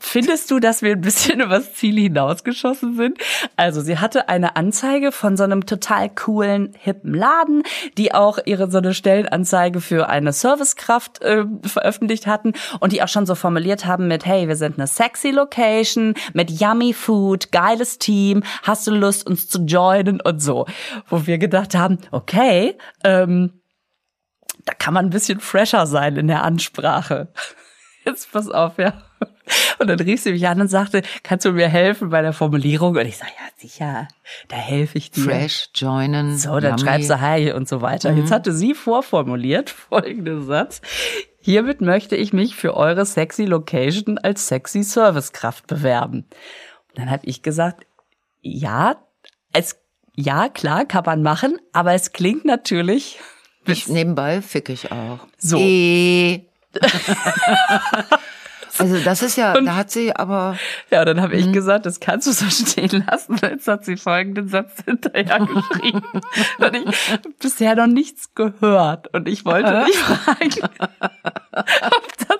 [SPEAKER 3] Findest du, dass wir ein bisschen übers Ziel hinausgeschossen sind? Also, sie hatte eine Anzeige von so einem total coolen, hippen Laden, die auch ihre so eine Stellenanzeige für eine Servicekraft äh, veröffentlicht hatten und die auch schon so formuliert haben mit, hey, wir sind eine sexy Location, mit yummy Food, geiles Team, hast du Lust, uns zu joinen und so. Wo wir gedacht haben, okay, ähm, da kann man ein bisschen fresher sein in der Ansprache. Jetzt pass auf, ja. Und dann rief sie mich an und sagte, kannst du mir helfen bei der Formulierung? Und ich sage, ja, sicher, da helfe ich dir.
[SPEAKER 2] Fresh, joinen.
[SPEAKER 3] So, dann
[SPEAKER 2] yummy.
[SPEAKER 3] schreibst du halt Hi und so weiter. Jetzt hatte sie vorformuliert folgenden Satz. Hiermit möchte ich mich für eure sexy Location als sexy Servicekraft bewerben. Und dann habe ich gesagt, ja, es, ja, klar, kann man machen, aber es klingt natürlich
[SPEAKER 2] Ich, nebenbei fick ich auch.
[SPEAKER 3] So.
[SPEAKER 2] Eh. Also das ist ja, da hat sie aber
[SPEAKER 3] Ja, dann habe ich gesagt, das kannst du so stehen lassen. Jetzt hat sie folgenden Satz hinterher geschrieben. und ich hab bisher noch nichts gehört. Und ich wollte nicht fragen. ob das-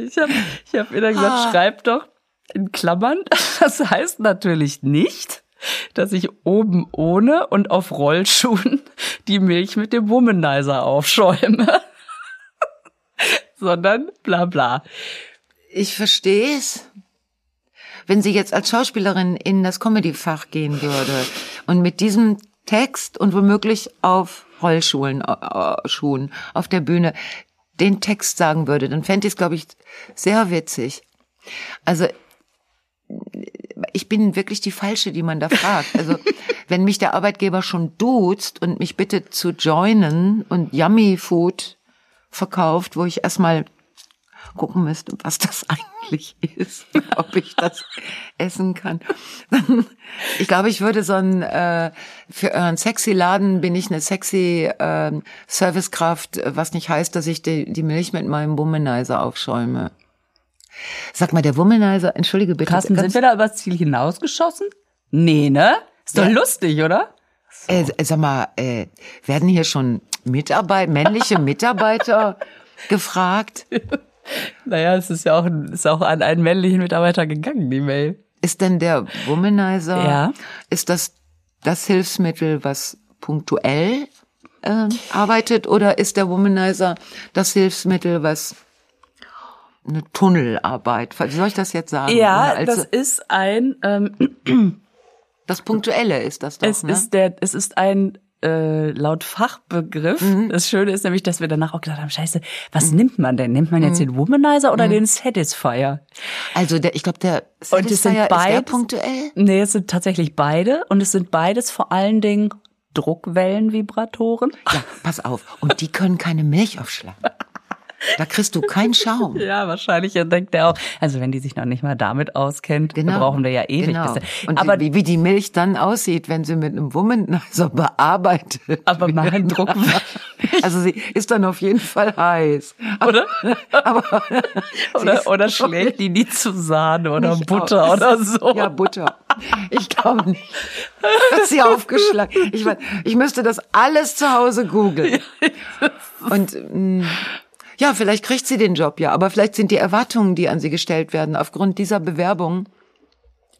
[SPEAKER 3] ich habe ich hab ihr dann gesagt, schreib doch in Klammern. Das heißt natürlich nicht, dass ich oben ohne und auf Rollschuhen die Milch mit dem Womanizer aufschäume. Sondern bla bla.
[SPEAKER 2] ich verstehe es. Wenn sie jetzt als Schauspielerin in das Comedy-Fach gehen würde und mit diesem Text und womöglich auf Rollschuhen, äh, äh, Schuhen, auf der Bühne den Text sagen würde, dann fände ich es, glaube ich, sehr witzig. Also ich bin wirklich die Falsche, die man da fragt. Also wenn mich der Arbeitgeber schon duzt und mich bittet zu joinen und Yummy Food verkauft, wo ich erstmal gucken müsste, was das eigentlich ist, ob ich das essen kann. Dann, ich glaube, ich würde so ein äh, für euren sexy Laden bin ich eine sexy äh, Servicekraft, äh, was nicht heißt, dass ich die, die Milch mit meinem Womanizer aufschäume. Sag mal, der Womanizer, entschuldige bitte.
[SPEAKER 3] Carsten,
[SPEAKER 2] kannst-
[SPEAKER 3] sind wir da übers Ziel hinausgeschossen? Nee, ne? Ist doch
[SPEAKER 2] Ja.
[SPEAKER 3] lustig, oder?
[SPEAKER 2] Äh, s- sag mal, äh, werden hier schon Mitarbeit männliche Mitarbeiter gefragt?
[SPEAKER 3] Naja, es ist ja auch, ist auch an einen männlichen Mitarbeiter gegangen, die Mail.
[SPEAKER 2] Ist denn der Womanizer,
[SPEAKER 3] Ja.
[SPEAKER 2] ist das das Hilfsmittel, was punktuell äh, arbeitet oder ist der Womanizer das Hilfsmittel, was eine Tunnelarbeit, wie soll ich das jetzt sagen? Ohne
[SPEAKER 3] Ja, also
[SPEAKER 2] als-
[SPEAKER 3] das ist ein, ähm,
[SPEAKER 2] das Punktuelle ist das doch,
[SPEAKER 3] es
[SPEAKER 2] ne?
[SPEAKER 3] ist der, es ist ein, äh, laut Fachbegriff. Das Schöne ist nämlich, dass wir danach auch gedacht haben, scheiße, was nimmt man denn? Nimmt man jetzt den Womanizer oder den Mhm. Satisfier?
[SPEAKER 2] also der, ich glaube, der
[SPEAKER 3] Und es sind
[SPEAKER 2] Satisfier, ist der
[SPEAKER 3] beides-
[SPEAKER 2] punktuell?
[SPEAKER 3] Nee, es sind tatsächlich beide und es sind beides vor allen Dingen Druckwellenvibratoren.
[SPEAKER 2] Ja, pass auf. Und die können keine Milch aufschlagen. Da kriegst du keinen Schaum.
[SPEAKER 3] Ja, wahrscheinlich denkt er auch. Also wenn die sich noch nicht mal damit auskennt, dann brauchen wir ja ewig.
[SPEAKER 2] Genau.
[SPEAKER 3] bis der-
[SPEAKER 2] Und
[SPEAKER 3] aber
[SPEAKER 2] wie, wie die Milch dann aussieht, wenn sie mit einem Womanizer bearbeitet. ne?
[SPEAKER 3] aber mal einen Druck.
[SPEAKER 2] Also sie ist dann auf jeden Fall heiß.
[SPEAKER 3] Oder?
[SPEAKER 2] Aber
[SPEAKER 3] Oder, oder schlägt die nie zu Sahne oder
[SPEAKER 2] Nicht
[SPEAKER 3] Butter
[SPEAKER 2] aus.
[SPEAKER 3] oder so.
[SPEAKER 2] ja Butter. Ich glaube nicht. Hat sie aufgeschlagen. Ich, mein, ich müsste das alles zu Hause googeln. Und ähm, ja, vielleicht kriegt sie den Job ja, aber vielleicht sind die Erwartungen, die an sie gestellt werden, aufgrund dieser Bewerbung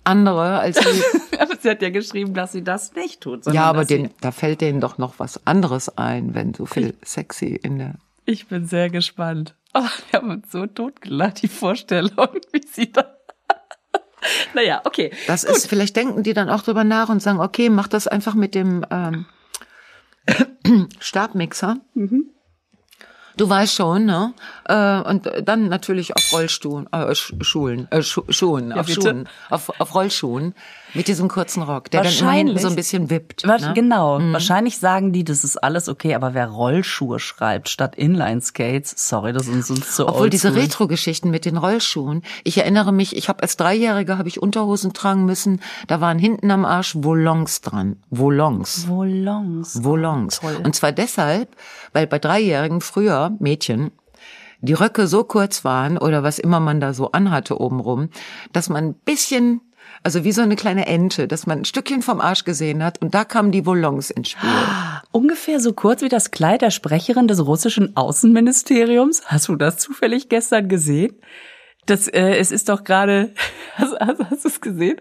[SPEAKER 2] andere als die
[SPEAKER 3] Aber sie hat ja geschrieben, dass sie das nicht tut. sondern
[SPEAKER 2] Ja, aber
[SPEAKER 3] dass sie-
[SPEAKER 2] den, da fällt denen doch noch was anderes ein, wenn so viel sexy in der.
[SPEAKER 3] Ich bin sehr gespannt. Oh, wir haben uns so totgelacht, die Vorstellung, wie sie da. naja, okay.
[SPEAKER 2] Das ist, vielleicht denken die dann auch drüber nach und sagen, okay, mach das einfach mit dem ähm, Stabmixer.
[SPEAKER 3] Mhm.
[SPEAKER 2] Du weißt schon, ne? Äh, und dann natürlich auf Rollstuhl, äh, Sch- Schuhen, äh, Schu Schuhen, auf
[SPEAKER 3] bitte.
[SPEAKER 2] Schuhen, auf, auf Rollschuhen mit diesem kurzen Rock, der dann immer hinten
[SPEAKER 3] Wahrscheinlich.
[SPEAKER 2] so ein bisschen wippt.
[SPEAKER 3] Wasch-
[SPEAKER 2] Ne?
[SPEAKER 3] Genau. Wahrscheinlich sagen die, das ist alles okay, aber wer Rollschuhe schreibt statt Inline-Skates, sorry, das ist uns so
[SPEAKER 2] Obwohl diese Retro-Geschichten mit den Rollschuhen, ich erinnere mich, ich habe als Dreijährige habe ich Unterhosen tragen müssen, da waren hinten am Arsch Volons dran. Volons.
[SPEAKER 3] Volons.
[SPEAKER 2] Volons.
[SPEAKER 3] Toll.
[SPEAKER 2] Und zwar deshalb, weil bei Dreijährigen früher Mädchen die Röcke so kurz waren oder was immer man da so anhatte obenrum, dass man ein bisschen, also wie so eine kleine Ente, dass man ein Stückchen vom Arsch gesehen hat und da kamen die Volons ins Spiel.
[SPEAKER 3] Ungefähr so kurz wie das Kleid der Sprecherin des russischen Außenministeriums. Hast du das zufällig gestern gesehen? Das, äh, es ist doch gerade, hast, hast, hast du es gesehen?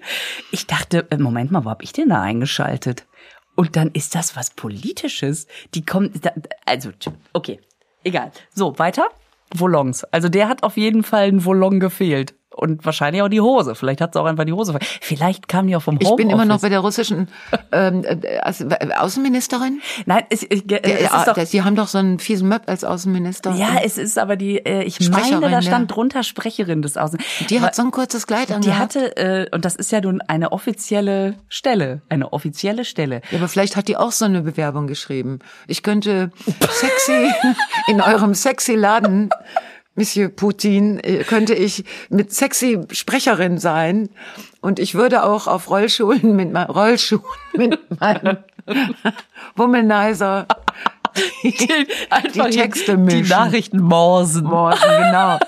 [SPEAKER 3] Ich dachte, äh, Moment mal, wo hab ich denn da eingeschaltet? Und dann ist das was Politisches. Die kommen, da, also, tsch, okay, egal. So, weiter. Volons. Also der hat auf jeden Fall einen Volon gefehlt. Und wahrscheinlich auch die Hose. Vielleicht hat sie auch einfach die Hose. ver- Vielleicht kam die auch vom Homeoffice.
[SPEAKER 2] Ich bin immer noch bei der russischen ähm, äh, Außenministerin.
[SPEAKER 3] Nein, es, es,
[SPEAKER 2] Der,
[SPEAKER 3] es ist doch
[SPEAKER 2] das, die haben doch so einen fiesen Möb als Außenminister.
[SPEAKER 3] Ja, es ist aber die, äh, ich meine,
[SPEAKER 2] Sprecherin,
[SPEAKER 3] da
[SPEAKER 2] ja.
[SPEAKER 3] stand drunter Sprecherin des Außen.
[SPEAKER 2] die
[SPEAKER 3] Aber
[SPEAKER 2] hat so ein kurzes Kleid
[SPEAKER 3] die
[SPEAKER 2] angehabt.
[SPEAKER 3] hatte, äh, und das ist ja nun eine offizielle Stelle, eine offizielle Stelle.
[SPEAKER 2] ja, aber vielleicht hat die auch so eine Bewerbung geschrieben. Ich könnte sexy in eurem sexy Laden, Monsieur Putin, äh, könnte ich mit sexy Sprecherin sein und ich würde auch auf Rollschuhen mit meinen Rollschuhen mit meinem Womanizer
[SPEAKER 3] Einfach
[SPEAKER 2] Die Texte
[SPEAKER 3] Die
[SPEAKER 2] mischen.
[SPEAKER 3] Nachrichten morsen.
[SPEAKER 2] Morgen, genau.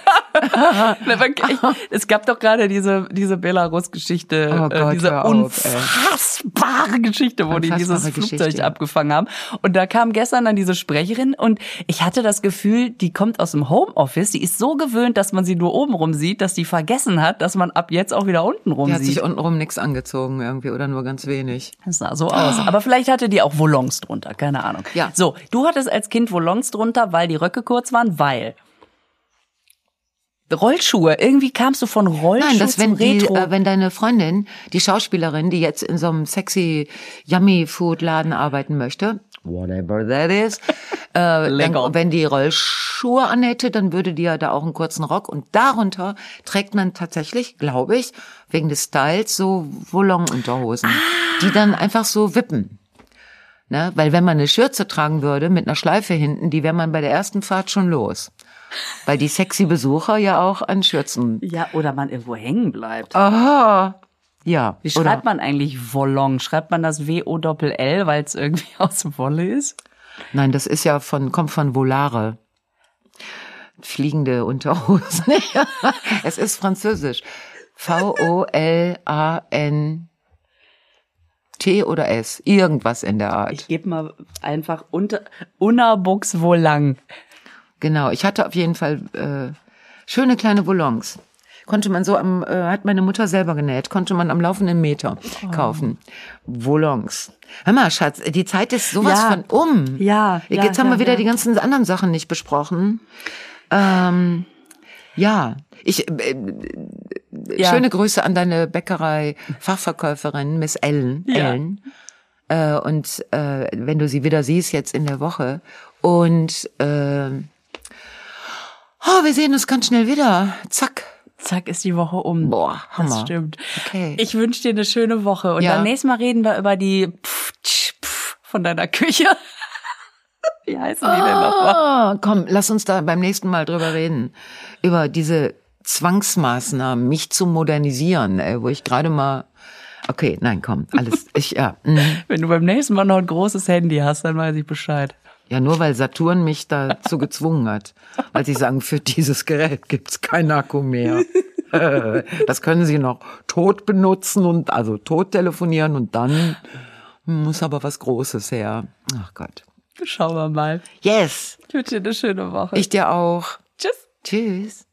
[SPEAKER 3] Na, man- ich, es gab doch gerade diese, diese Belarus-Geschichte,
[SPEAKER 2] Oh
[SPEAKER 3] äh,
[SPEAKER 2] Gott,
[SPEAKER 3] diese
[SPEAKER 2] hör auf, ey.
[SPEAKER 3] unfassbare Geschichte, wo die dieses
[SPEAKER 2] Unfassbare
[SPEAKER 3] Flugzeug
[SPEAKER 2] Geschichte.
[SPEAKER 3] abgefangen haben. Und da kam gestern dann diese Sprecherin und ich hatte das Gefühl, die kommt aus dem Homeoffice, die ist so gewöhnt, dass man sie nur oben rum sieht, dass die vergessen hat, dass man ab jetzt auch wieder unten rum
[SPEAKER 2] Die hat sich
[SPEAKER 3] sieht.
[SPEAKER 2] untenrum nichts angezogen irgendwie oder nur ganz wenig.
[SPEAKER 3] Das sah so aus. Aber vielleicht hatte die auch Volons drunter, keine Ahnung.
[SPEAKER 2] Ja.
[SPEAKER 3] So, du hattest als Kind Volons drunter, weil die Röcke kurz waren, weil... Rollschuhe, irgendwie kamst du von Rollschuh
[SPEAKER 2] Nein, dass wenn
[SPEAKER 3] zum
[SPEAKER 2] die,
[SPEAKER 3] Retro.
[SPEAKER 2] äh, wenn deine Freundin, die Schauspielerin, die jetzt in so einem sexy Yummy Food Laden arbeiten möchte, whatever that is, äh,
[SPEAKER 3] Lecker.
[SPEAKER 2] dann, wenn die Rollschuhe anhätte, dann würde die ja da auch einen kurzen Rock und darunter trägt man tatsächlich, glaube ich, wegen des Styles so Volon-Unterhosen,
[SPEAKER 3] Ah.
[SPEAKER 2] die dann einfach so wippen. Ne? Weil wenn man eine Schürze tragen würde mit einer Schleife hinten, die wäre man bei der ersten Fahrt schon los. Weil die sexy Besucher ja auch an Schürzen
[SPEAKER 3] Ja, oder man irgendwo hängen bleibt.
[SPEAKER 2] Aha. Ja.
[SPEAKER 3] Wie schreibt man eigentlich Wollong? Schreibt man das W-O-L-L, weil es irgendwie aus Wolle ist?
[SPEAKER 2] Nein, das ist ja von, kommt von Volare. Fliegende Unterhosen. Ja. es ist französisch. V-O-L-A-N-T oder S. Irgendwas in der Art.
[SPEAKER 3] gebe mal einfach unter, Unabuchs Wolang.
[SPEAKER 2] Genau. Ich hatte auf jeden Fall äh, schöne kleine Volons. Konnte man so am, äh, hat meine Mutter selber genäht, konnte man am laufenden Meter
[SPEAKER 3] Oh.
[SPEAKER 2] kaufen. Volons. Hör mal, Schatz, die Zeit ist sowas
[SPEAKER 3] Ja.
[SPEAKER 2] von um.
[SPEAKER 3] Ja, ja,
[SPEAKER 2] Jetzt haben
[SPEAKER 3] ja,
[SPEAKER 2] wir wieder
[SPEAKER 3] ja.
[SPEAKER 2] die ganzen anderen Sachen nicht besprochen. Ähm, ja, ich, äh,
[SPEAKER 3] Ja.
[SPEAKER 2] schöne Grüße an deine Bäckerei-Fachverkäuferin, Miss Ellen.
[SPEAKER 3] Ja.
[SPEAKER 2] Ellen. Äh, und äh, wenn du sie wieder siehst, jetzt in der Woche. Und äh, oh, wir sehen uns ganz schnell wieder. Zack.
[SPEAKER 3] Zack, ist die Woche um.
[SPEAKER 2] Boah,
[SPEAKER 3] Das
[SPEAKER 2] Hammer.
[SPEAKER 3] stimmt.
[SPEAKER 2] Okay.
[SPEAKER 3] Ich wünsche dir eine schöne Woche. Und
[SPEAKER 2] Ja.
[SPEAKER 3] dann nächstes Mal reden wir über die Pf, Tsch, Pf von deiner Küche. Wie heißen die denn nochmal?
[SPEAKER 2] Ah, komm, lass uns da beim nächsten Mal drüber reden. Über diese Zwangsmaßnahmen, mich zu modernisieren, ey, wo ich gerade mal. Okay, nein, komm, alles. Ich, ja. mhm.
[SPEAKER 3] Wenn du beim nächsten Mal noch ein großes Handy hast, dann weiß ich Bescheid.
[SPEAKER 2] ja, nur weil Saturn mich dazu gezwungen hat. Als ich sagen, für dieses Gerät gibt's kein Akku mehr. Das können sie noch tot benutzen und also tot telefonieren und dann muss aber was Großes her. Ach Gott.
[SPEAKER 3] Schauen wir mal.
[SPEAKER 2] Yes,
[SPEAKER 3] Ich wünsche dir eine schöne Woche.
[SPEAKER 2] ich dir auch.
[SPEAKER 3] Tschüss.
[SPEAKER 2] Tschüss.